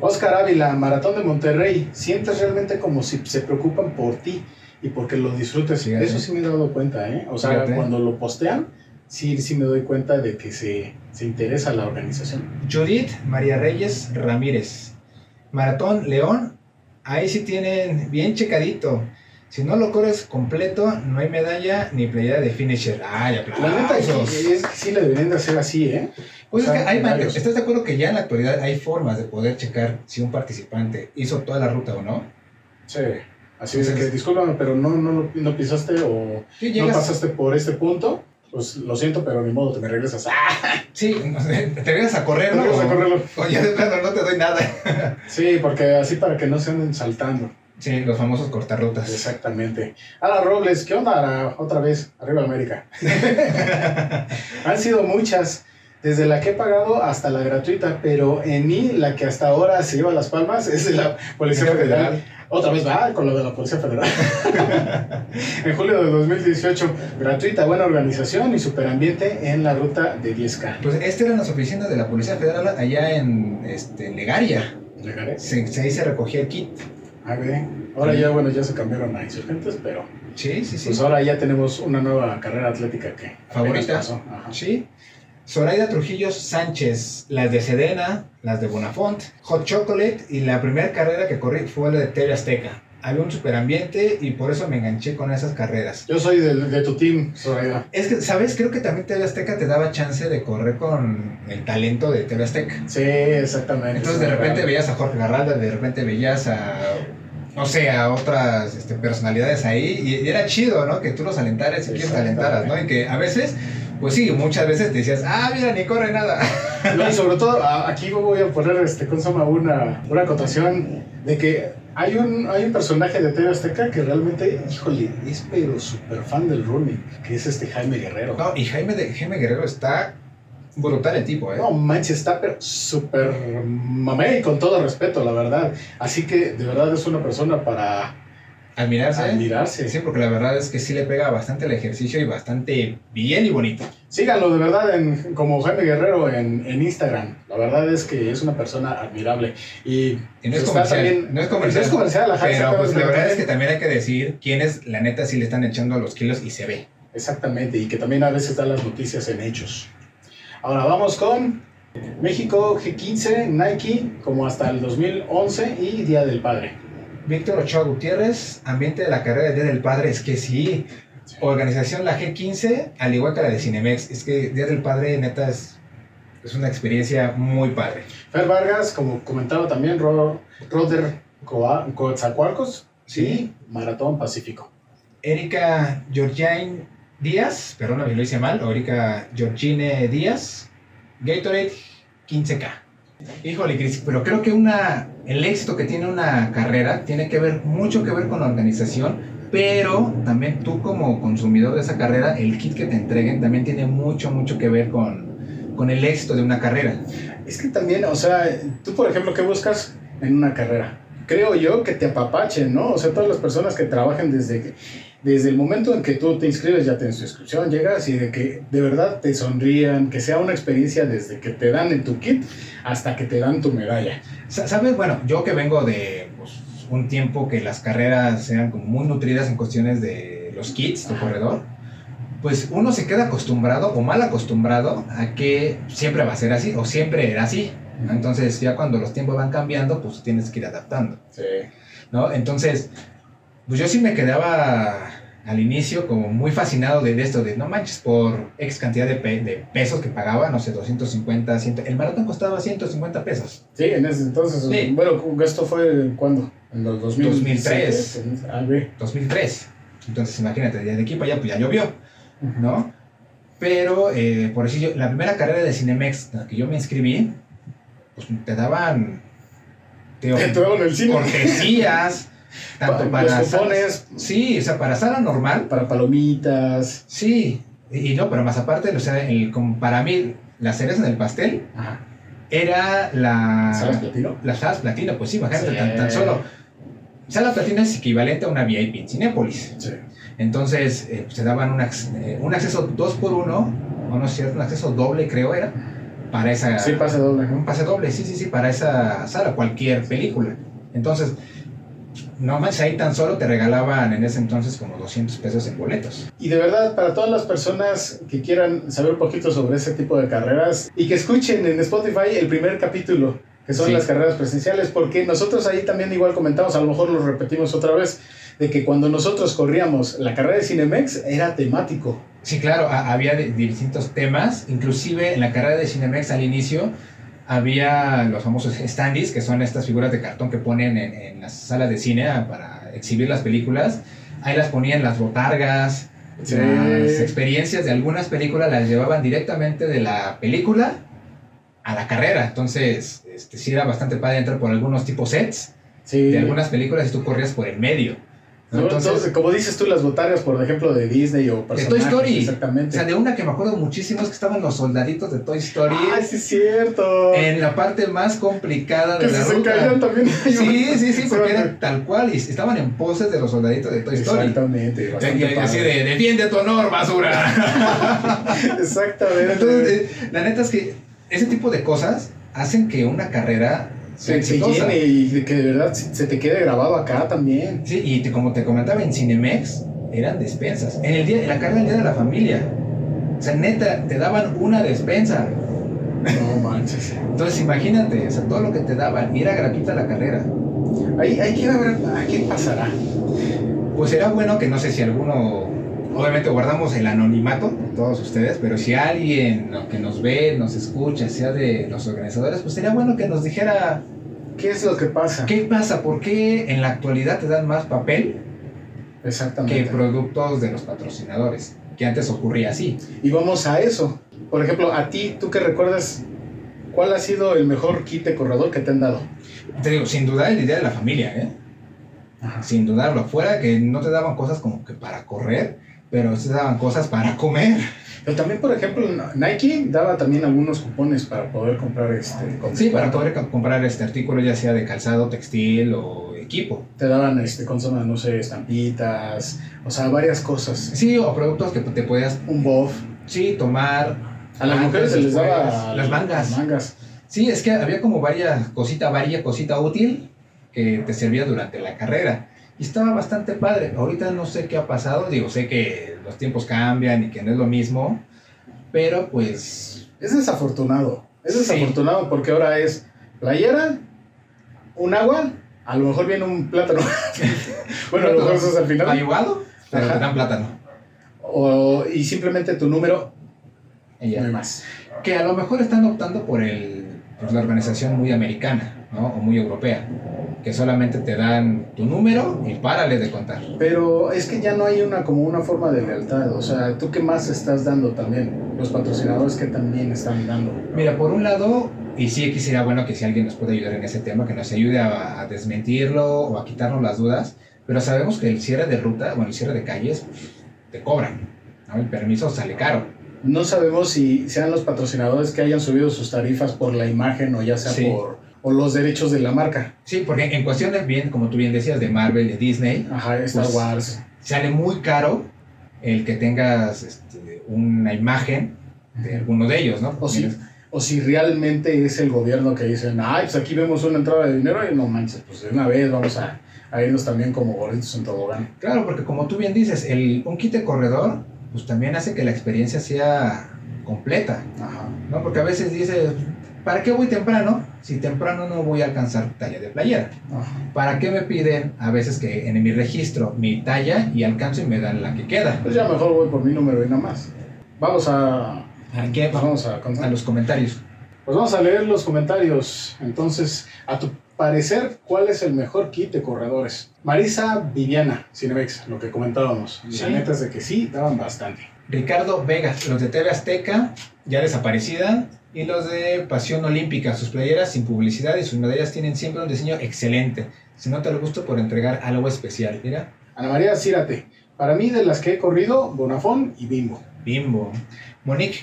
Oscar Ávila, Maratón de Monterrey, sientes realmente como si se preocupan por ti y porque lo disfrutes. Fíjate. Eso sí me he dado cuenta, ¿eh? O sea, Fíjate. cuando lo postean, sí, sí me doy cuenta de que se, se interesa la organización. Judith María Reyes Ramírez. Maratón León, ahí sí tienen bien checadito. Si no lo corres completo, no hay medalla ni playera de finisher. ¡Ay, La neta es aplausos! que, es que sí le deberían de hacer así, ¿eh? Pues es que o sea, hay man- varios. ¿Estás de acuerdo que ya en la actualidad hay formas de poder checar si un participante hizo toda la ruta o no? Sí. Así es que discúlpame, pero no, no, lo- no pisaste o Sí, no llegas- pasaste por este punto. Pues lo siento, pero ni modo, te me regresas. ¡Ah! sí, no sé, te vienes a correr, Te ¿no? regresas a correrlo. O ya de plano no te doy nada. Sí, porque así para que no se anden saltando. Sí, los famosos cortarrutas. Exactamente. Ara Robles, ¿qué onda? Ara? Otra vez, arriba América. Han sido muchas, desde la que he pagado hasta la gratuita, pero en mí la que hasta ahora se lleva las palmas es de la Policía Federal. Otra vez va con lo de la Policía Federal. en julio de 2018, gratuita, buena organización y superambiente en la ruta de 10K. Pues este eran las oficinas de la Policía Federal allá en este, en Legaria. Llegaré. Se, se- ahí se recogía el kit. A ver, ahora ya, bueno, ya se cambiaron a insurgentes, pero Sí, sí, sí. pues ahora ya tenemos una nueva carrera atlética que apenas Favorita. pasó. Ajá. Sí. Zoraida Trujillo Sánchez, las de Sedena, las de Bonafont, Hot Chocolate y la primera carrera que corrí fue la de TV Azteca. Había un superambiente y por eso me enganché con esas carreras. Yo soy del- de, tu team, Zoraida. Es que, ¿sabes? Creo que también TV Azteca te daba chance de correr con el talento de TV Azteca. Sí, exactamente. Entonces de repente veías a Jorge Garralda, de repente veías a, no sé, a otras este, personalidades ahí y, y era chido, ¿no? Que tú los alentaras y que los Exactamente. alentaras, ¿no? Y que a veces, pues sí, muchas veces te decías, ah, mira, ni corre nada. No, y sobre todo, a- aquí voy a poner, este, ¿cómo se llama? Una, una acotación de que hay un, hay un personaje de TV Azteca que realmente, híjole, es pero súper fan del running, que es este Jaime Guerrero. No, y Jaime, de, Jaime Guerrero está brutal el tipo, ¿eh? No manches, está pero súper mamé y con todo respeto, la verdad. Así que de verdad es una persona para Admirarse. admirarse. Sí, porque la verdad es que sí le pega bastante el ejercicio y bastante bien y bonito. Síganlo de verdad en, como Jaime Guerrero en, en Instagram. La verdad es que es una persona admirable. Y, Y no es está comercial, también- no es comercial. No es comercial, ajá, Pero pues la exactamente. verdad es que también hay que decir quiénes, la neta, sí le están echando los kilos y se ve. Exactamente, y que también a veces da las noticias en hechos. Ahora vamos con México G15, Nike, como hasta el 2011 y Día del Padre. Víctor Ochoa Gutiérrez, ambiente de la carrera del Día del Padre, es que sí. Organización la G15, al igual que la de Cinemex, es que Día del Padre, neta, es, es una experiencia muy padre. Fer Vargas, como comentaba también, Ro- Roder Coa- Coatzacoalcos Sí. y Maratón Pacífico. Erika Georgine Díaz, perdón si lo hice mal, o Erika Georgine Díaz, Gatorade 15K. Híjole, Cris, pero creo que una, el éxito que tiene una carrera tiene que ver mucho que ver con la organización, pero también tú como consumidor de esa carrera, el kit que te entreguen también tiene mucho, mucho que ver con, con el éxito de una carrera. Es que también, o sea, tú por ejemplo, ¿qué buscas en una carrera? Creo yo que te apapachen, ¿no? O sea, todas las personas que trabajan desde desde el momento en que tú te inscribes, ya tienes tu inscripción, llegas y de que de verdad te sonrían, que sea una experiencia desde que te dan en tu kit hasta que te dan tu medalla. ¿Sabes? Bueno, yo que vengo de pues, un tiempo que las carreras eran como muy nutridas en cuestiones de los kits, tu corredor, pues uno se queda acostumbrado o mal acostumbrado a que siempre va a ser así o siempre era así. Entonces ya cuando los tiempos van cambiando, pues tienes que ir adaptando. Sí. ¿No? Entonces, pues yo sí me quedaba al inicio como muy fascinado de esto, de no manches, por X cantidad de, pe- de pesos que pagaba, no sé, 250, 100, el maratón costaba 150 pesos. Sí, en ese entonces, Sí. bueno, esto fue cuando, en los 2000, 2003. A ver. 2003. Entonces, imagínate, de aquí para allá, pues ya llovió, ¿no? Pero, eh, por decir, yo- la primera carrera de Cinemex en la que yo me inscribí, pues te daban. Te, Te daban el cine. Cortesías, tanto Pa- para. los cupones. sala- sí, o sea, para sala normal, Para palomitas. sí. Y y no, pero más aparte, o sea, el- como para mí, la cereza en el pastel Ajá. era la. ¿Sabes platino? Las salas platino, pues sí, imagínate, Sí. tan, tan solo. Sala platino es equivalente a una VIP en Cinépolis. Sí. Entonces eh, se daban un, ac- eh, un acceso 2 por 1 o no es cierto, un acceso doble creo era, para esa... Sí, pase doble, un ¿no? pase doble, sí, sí, sí, para esa sala, cualquier película. Entonces, no manches, ahí tan solo te regalaban en ese entonces como 200 pesos en boletos. Y de verdad, para todas las personas que quieran saber un poquito sobre ese tipo de carreras y que escuchen en Spotify el primer capítulo, que son Sí. las carreras presenciales, porque nosotros ahí también igual comentamos, a lo mejor lo repetimos otra vez, de que cuando nosotros corríamos la carrera de Cinemex era temático. Sí, claro, ha- había de- de distintos temas, inclusive en la carrera de Cinemex al inicio había los famosos standees, que son estas figuras de cartón que ponen en, en las salas de cine ah, para exhibir las películas. Ahí las ponían las botargas, Las experiencias de algunas películas las llevaban directamente de la película a la carrera. Entonces, este, sí era bastante padre entrar por algunos tipos sets Sí. de algunas películas y tú corrías por el medio. ¿no? No, Entonces, entonces, como dices tú, las botargas, por ejemplo, de Disney o de Toy personajes, Story. O Exactamente. sea, de una que me acuerdo muchísimo es que estaban los soldaditos de Toy Story Ah, sí es cierto. en la parte más complicada de que la se, se ruta. caían también. Sí, sí, sí, porque Exactamente. eran tal cual y estaban en poses de los soldaditos de Toy Story. Exactamente. Y- bastante y- y así padre. de, defiende tu honor, basura. Exactamente. Entonces, eh, la neta es que ese tipo de cosas hacen que una carrera sea se, se exitosa. llene y de que de verdad se se te quede grabado acá también. Sí, y te- como te comentaba, en Cinemex eran despensas. En el día, en la carrera del día de la familia. O sea, neta, te daban una despensa. No manches. Entonces, imagínate, o sea, todo lo que te daban, y era gratuita la carrera. Ahí, ahí quiero ver a quién pasará. Pues era bueno que no sé si alguno. Obviamente guardamos el anonimato, todos ustedes, pero si alguien ¿no? que nos ve, nos escucha, sea de los organizadores, pues sería bueno que nos dijera ¿Qué es lo que pasa? ¿Qué pasa? ¿Por qué en la actualidad te dan más papel que Exactamente. productos de los patrocinadores? Que antes ocurría así. Y vamos a eso. Por ejemplo, a ti, tú que recuerdas, ¿cuál ha sido el mejor kit de corredor que te han dado? Te digo, sin dudar el idea de la familia, ¿eh? Sin dudarlo. Fuera que no te daban cosas como que para correr, pero te daban cosas para comer. Pero también, por ejemplo, Nike daba también algunos cupones para poder comprar este. con- Sí, para poder co- comprar este artículo, ya sea de calzado, textil o equipo. Te daban este, con zona, no sé, estampitas, o sea, varias cosas. Sí, o productos que te podías, Un buff. sí, tomar. A las Ah, mujeres se les después, daba las mangas. mangas. Sí, es que había como varias cositas, varias cosita útil que te servía durante la carrera. Y estaba bastante padre. Ahorita no sé qué ha pasado, digo, sé que los tiempos cambian y que no es lo mismo, pero pues Es desafortunado. Es Sí. desafortunado porque ahora es playera, un agua, a lo mejor viene un plátano. bueno, a lo mejor eso es al final. ayudado, pero Ajá. te dan plátano. O- y simplemente tu número, Y ya. no hay más. Que a lo mejor están optando por, el, por la organización muy americana, ¿no? O muy europea, que solamente te dan tu número y párale de contar. Pero es que ya no hay una como una forma de lealtad. O sea, ¿tú qué más estás dando también? Los patrocinadores que también están dando. Mira, por un lado, y sí quisiera, bueno, que si alguien nos puede ayudar en ese tema, que nos ayude a, a desmentirlo o a quitarnos las dudas, pero sabemos que el cierre de ruta, bueno, el cierre de calles, te cobran, ¿no? El permiso sale caro. No sabemos si sean los patrocinadores que hayan subido sus tarifas por la imagen o ya sea Sí. por, o los derechos de la marca. Sí, porque en cuestiones bien, como tú bien decías, de Marvel, de Disney, Ajá, Star Pues, Wars. sale muy caro el que tengas este, una imagen de alguno de ellos, ¿no? O si, o si realmente es el gobierno que dicen, ay, pues aquí vemos una entrada de dinero y no manches, pues de una vez vamos a, a irnos también como gorditos en tobogán. Claro, porque como tú bien dices, el, un kit de corredor, pues también hace que la experiencia sea completa, Ajá. ¿no? Porque a veces dices, ¿para qué voy temprano? Si temprano no voy a alcanzar talla de playera. Ajá. ¿Para qué me piden a veces que en mi registro mi talla y alcanzo y me dan la que queda? Pues ya mejor voy por mi número y nada más. Vamos a... ¿A qué? pues vamos a A contar. los comentarios. Pues vamos a leer los comentarios. Entonces, a tu parecer, ¿cuál es el mejor kit de corredores? Marisa Viviana, Cinemex, lo que comentábamos. Sí. La neta es de que sí, daban bastante. Ricardo Vegas, los de TV Azteca, ya desaparecida, y los de Pasión Olímpica, sus playeras sin publicidad y sus medallas tienen siempre un diseño excelente. Si no te lo gusto por entregar algo especial, mira, Ana María Círate, para mí de las que he corrido, Bonafón y Bimbo. bimbo. Monique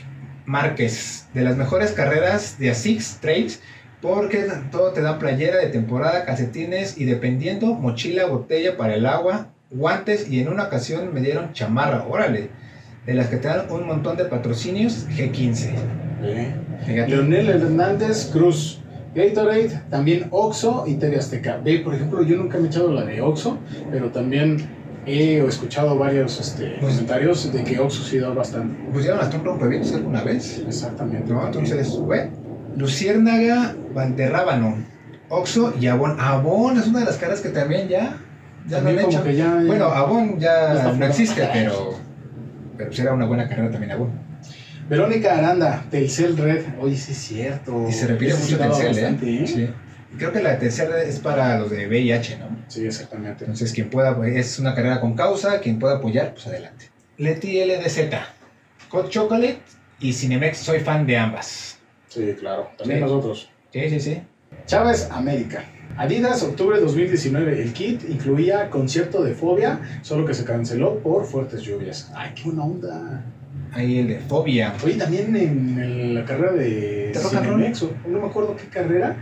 Márquez, de las mejores carreras de Six Trails, porque todo te dan playera de temporada, calcetines y dependiendo, mochila, botella para el agua, guantes y en una ocasión me dieron chamarra, órale, de las que te dan un montón de patrocinios G15. Fíjate. Leonel Hernández Cruz. Gatorade, también Oxo y TV Azteca. Ve, por ejemplo, yo nunca me he echado la de Oxo, pero también he escuchado varios este, Pues- comentarios de que Oxo sí da bastante. pusieron hasta un rompevientos alguna vez. Exactamente. ¿no? Entonces, güey. Luciérnaga, Valderrábano, Oxo y Avon. Avon es una de las caras que también ya, ya no han También como hecho. que ya- Bueno, ah, Avon ya Ya está no fuera. existe, pero, pero sí era una buena carrera también Avon. Verónica Aranda, Telcel Red. Oye, sí es cierto. Y se repite Ese sí mucho daba Telcel, bastante, ¿eh? Sí. Y Creo que la tercera es para los de VIH, ¿no? Sí, exactamente. Entonces, quien pueda, pues, es una carrera con causa, quien pueda apoyar, pues adelante. Leti LDZ, Hot Chocolate y Cinemex, soy fan de ambas. Sí, claro. También Sí. nosotros. Sí, sí, sí. Chávez América. Adidas, octubre 2019. El kit incluía concierto de fobia, solo que se canceló por fuertes lluvias. Ay, qué buena onda. Ahí el de Fobia. Oye, también en el- la carrera de ¿De rock and Cinemex, o no me acuerdo qué carrera,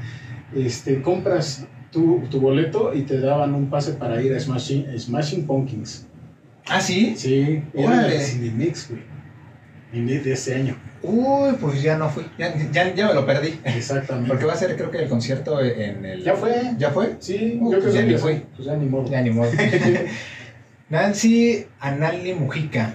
este, compras tu, tu boleto y te daban un pase para ir a Smashing, Smashing Pumpkins. ¿Ah, sí? Sí, era Órale. de Cinemex, güey. En el de este año. Uy, pues ya no fui. Ya, ya, ya me lo perdí. Exactamente. Porque va a ser, creo que el concierto en el. Ya fue. ¿Ya fue? Sí, Uh, yo creo pues ya que ni ya fue. fue. Pues ya ni modo. Ya ni modo. Nancy Analli Mujica.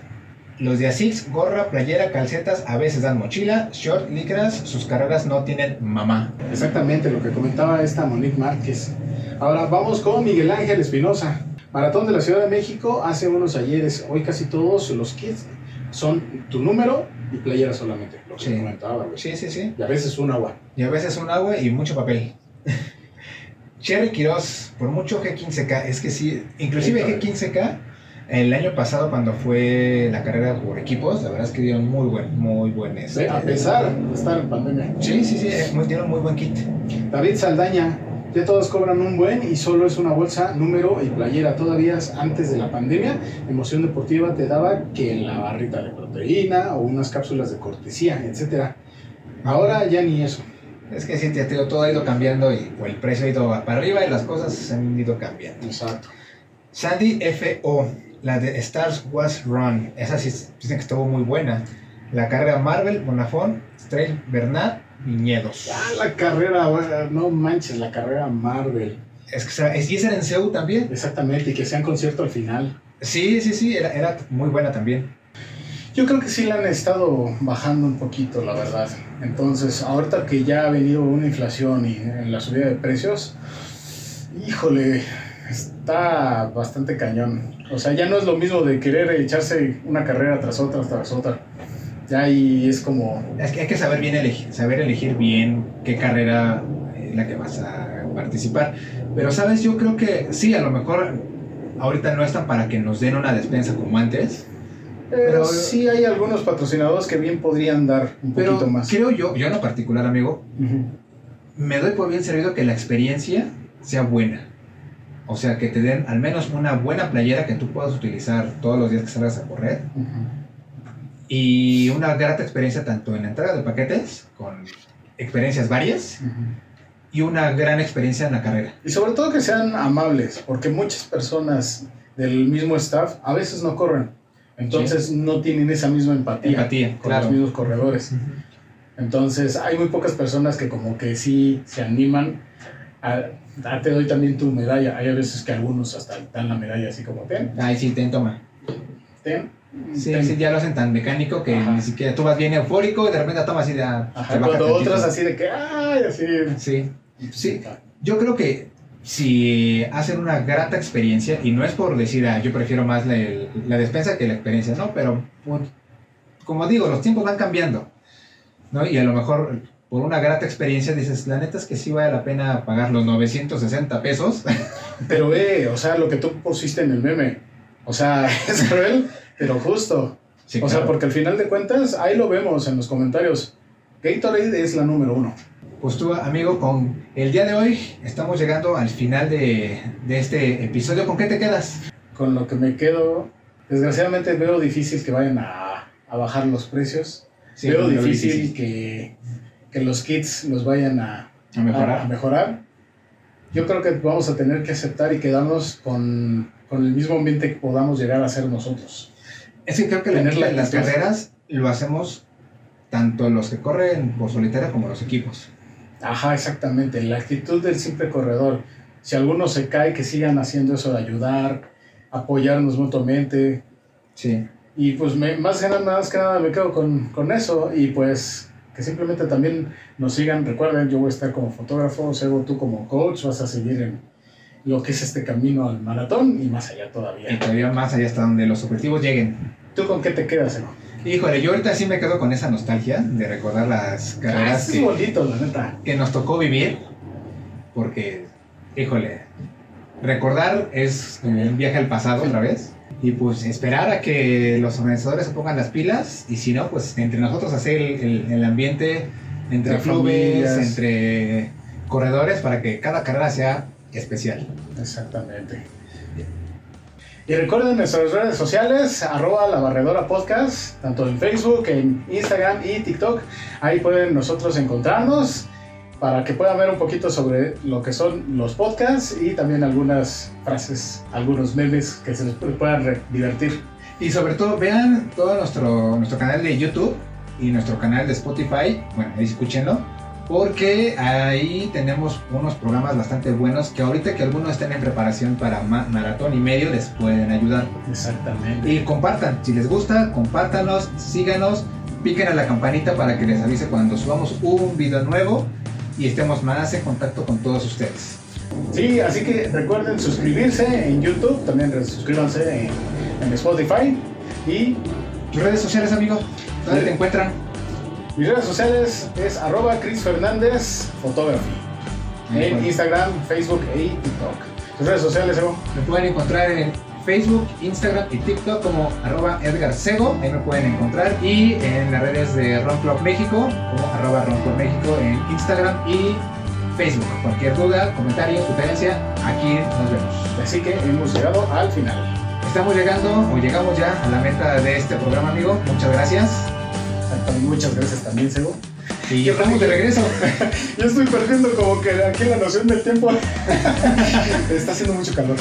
Los de Asics, gorra, playera, calcetas, a veces dan mochila, short, licras, sus carreras no tienen mamá. Exactamente lo que comentaba esta Monique Márquez. Ahora vamos con Miguel Ángel Espinosa. Maratón de la Ciudad de México hace unos ayeres. Hoy casi todos los kits son tu número y playera solamente. Lo que Sí. comentaba, güey. Sí, sí, sí. Y a veces un agua. Y a veces un agua y mucho papel. Cherry Quiroz, por mucho G15K, es que sí, inclusive Sí, G15K, el año pasado cuando fue la carrera por equipos, la verdad es que dieron muy buen, muy buen este- A pesar de estar en pandemia. Sí, sí, sí, eh, muy- dieron muy buen kit. David Saldaña, ya todos cobran un buen y solo es una bolsa, número y playera. Todavía antes de la pandemia, Emoción Deportiva te daba que la barrita de proteína o unas cápsulas de cortesía, etcétera. Ahora ya ni eso. Es que sí, te digo, todo ha ido cambiando y o el precio ha ido para arriba y las cosas se han ido cambiando. Exacto. Sandy FO, la de Stars Was Run, esa sí es- dicen que estuvo muy buena. La carrera Marvel, Bonafón, Trail, Bernat, Viñedos. Ah, la carrera, bueno, no manches, la carrera Marvel. Es que o sea, es, y esa era en CEU también. Exactamente, y que sean concierto al final. Sí, sí, sí, era, era muy buena también. Yo creo que sí la han estado bajando un poquito, la verdad. Entonces, ahorita que ya ha venido una inflación y en la subida de precios, híjole, está bastante cañón. O sea, ya no es lo mismo de querer echarse una carrera tras otra, tras otra. Ya ahí es como, Es que hay que saber bien elegir, saber elegir bien qué carrera es la que vas a participar. Pero, ¿sabes? Yo creo que sí, a lo mejor ahorita no están para que nos den una despensa como antes. pero sí hay algunos patrocinadores que bien podrían dar un Pero poquito más. creo yo, yo en lo particular, amigo, Ujú. me doy por bien servido que la experiencia sea buena. O sea, que te den al menos una buena playera que tú puedas utilizar todos los días que salgas a correr. Ujú. y una grata experiencia tanto en la entrega de paquetes, con experiencias varias, Ujú. y una gran experiencia en la carrera. Y sobre todo que sean amables, porque muchas personas del mismo staff a veces no corren. Entonces Sí. no tienen esa misma empatía, Empatía, con claro. los mismos corredores. Entonces hay muy pocas personas que como que sí se animan. A, "Ah, te doy también tu medalla. Hay a veces que algunos hasta dan la medalla así como ten, Ay, sí, ten, toma. ten. Sí, ten". sí, ya lo hacen tan mecánico que Ajá. ni siquiera tú vas bien eufórico y de repente tomas así de... ah, Ajá, te baja cuando tantito. otras así de que, ay, así. Sí, Sí. yo creo que si hacen una grata experiencia, y no es por decir, ah, yo prefiero más la, la despensa que la experiencia, ¿no? Pero, pues, como digo, los tiempos van cambiando, ¿no? Y a lo mejor por una grata experiencia dices, la neta es que sí vale la pena pagar los 960 pesos. Pero ve, o sea, lo que tú pusiste en el meme. O sea, es cruel, pero justo. Sí, o sea, claro. porque al final de cuentas, ahí lo vemos en los comentarios. Gatorade es la número uno. Pues tú, amigo, con el día de hoy estamos llegando al final de, de este episodio. ¿Con qué te quedas? Con lo que me quedo, desgraciadamente veo difícil que vayan a, a bajar los precios. veo lo difícil, Que, que los kits los vayan a, A mejorar. a- a mejorar. Yo creo que vamos a tener que aceptar y quedarnos con, con el mismo ambiente que podamos llegar a ser nosotros. Es que creo que la Tener neta, la en las actitud. carreras lo hacemos tanto los que corren por solitaria como los equipos. Ajá, exactamente. La actitud del simple corredor. Si alguno se cae, que sigan haciendo eso de ayudar, apoyarnos mutuamente. Sí. Y pues me- más, que nada, más que nada me quedo con, con eso. Y pues que simplemente también nos sigan. Recuerden, yo voy a estar como fotógrafo, Sego tú como coach, vas a seguir en lo que es este camino al maratón y más allá Y todavía. todavía más allá hasta donde los objetivos lleguen. ¿Tú con qué te quedas, Sego? Híjole, yo ahorita sí me quedo con esa nostalgia de recordar las Ah, carreras este es que, bonito, la neta. que nos tocó vivir. Porque, híjole, recordar es como un viaje al pasado otra vez. Y pues esperar a que los organizadores se pongan las pilas. Y si no, pues entre nosotros hacer el, el- el ambiente entre Entre clubes, familias. entre corredores, para que cada carrera sea especial. Exactamente. Y recuerden nuestras redes sociales, arroba la barredora podcast, tanto en Facebook, en Instagram y TikTok. Ahí pueden nosotros encontrarnos para que puedan ver un poquito sobre lo que son los podcasts y también algunas frases, algunos memes que se les pu- puedan re- divertir. Y sobre todo, vean todo nuestro, nuestro canal de YouTube y nuestro canal de Spotify. Bueno, ahí escúchenlo. Porque ahí tenemos unos programas bastante buenos que ahorita que algunos están en preparación para ma- maratón y medio les pueden ayudar. Exactamente. Y compartan, si les gusta, compártanos, síganos, piquen a la campanita para que les avise cuando subamos un video nuevo y estemos más en contacto con todos ustedes. Sí, así que recuerden suscribirse en YouTube, también re- suscríbanse en, en Spotify y ¿Tus redes sociales, amigo? ¿Dónde Sí. te encuentran? Mis redes sociales es arroba Chris Fernández Photography. En Instagram, Facebook e TikTok. Tus redes sociales, Evo. Me pueden encontrar en Facebook, Instagram y TikTok como arroba Edgar Sego, ahí me pueden encontrar. Y en las redes de Ron Club México, como arroba Ron Club México en Instagram y Facebook. Cualquier duda, comentario, sugerencia, aquí nos vemos. Así que hemos llegado al final. Estamos llegando o llegamos ya a la meta de este programa, amigo. Muchas gracias. Exacto, Muchas gracias también, Sego. Y estamos de regreso. Yo estoy perdiendo como que aquí la noción del tiempo. Está haciendo mucho calor.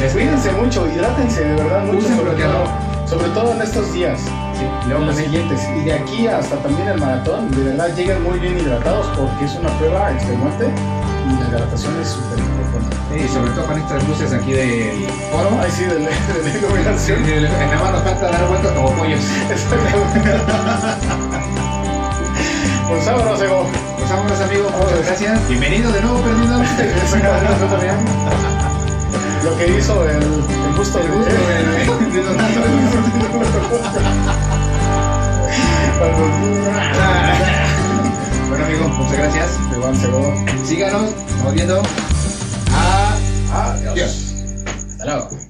Les cuido. Cuídense mucho, hidrátense de verdad mucho. Usen Sobre bloqueador. todo, sobre todo en estos días, Sí, luego en nos los vemos. siguientes. Y de aquí hasta también el maratón, de verdad lleguen muy bien hidratados porque es una prueba extenuante y la hidratación es súper importante. Y sobre todo con estas luces aquí del foro. Ay, sí, de la, de la iluminación. En la mano falta dar vueltas como pollos. Está cabrón. Pues vámonos, Ego. Pues vámonos amigos, muchas gracias. Bienvenido de nuevo, perdido. Está cabrón, tú también. Lo que hizo el, el gusto El de gusto de- de nosotros. Bueno amigos, muchas gracias. Igual, Sego. Síganos, nos vemos viendo. Adiós. Adiós. Hasta luego.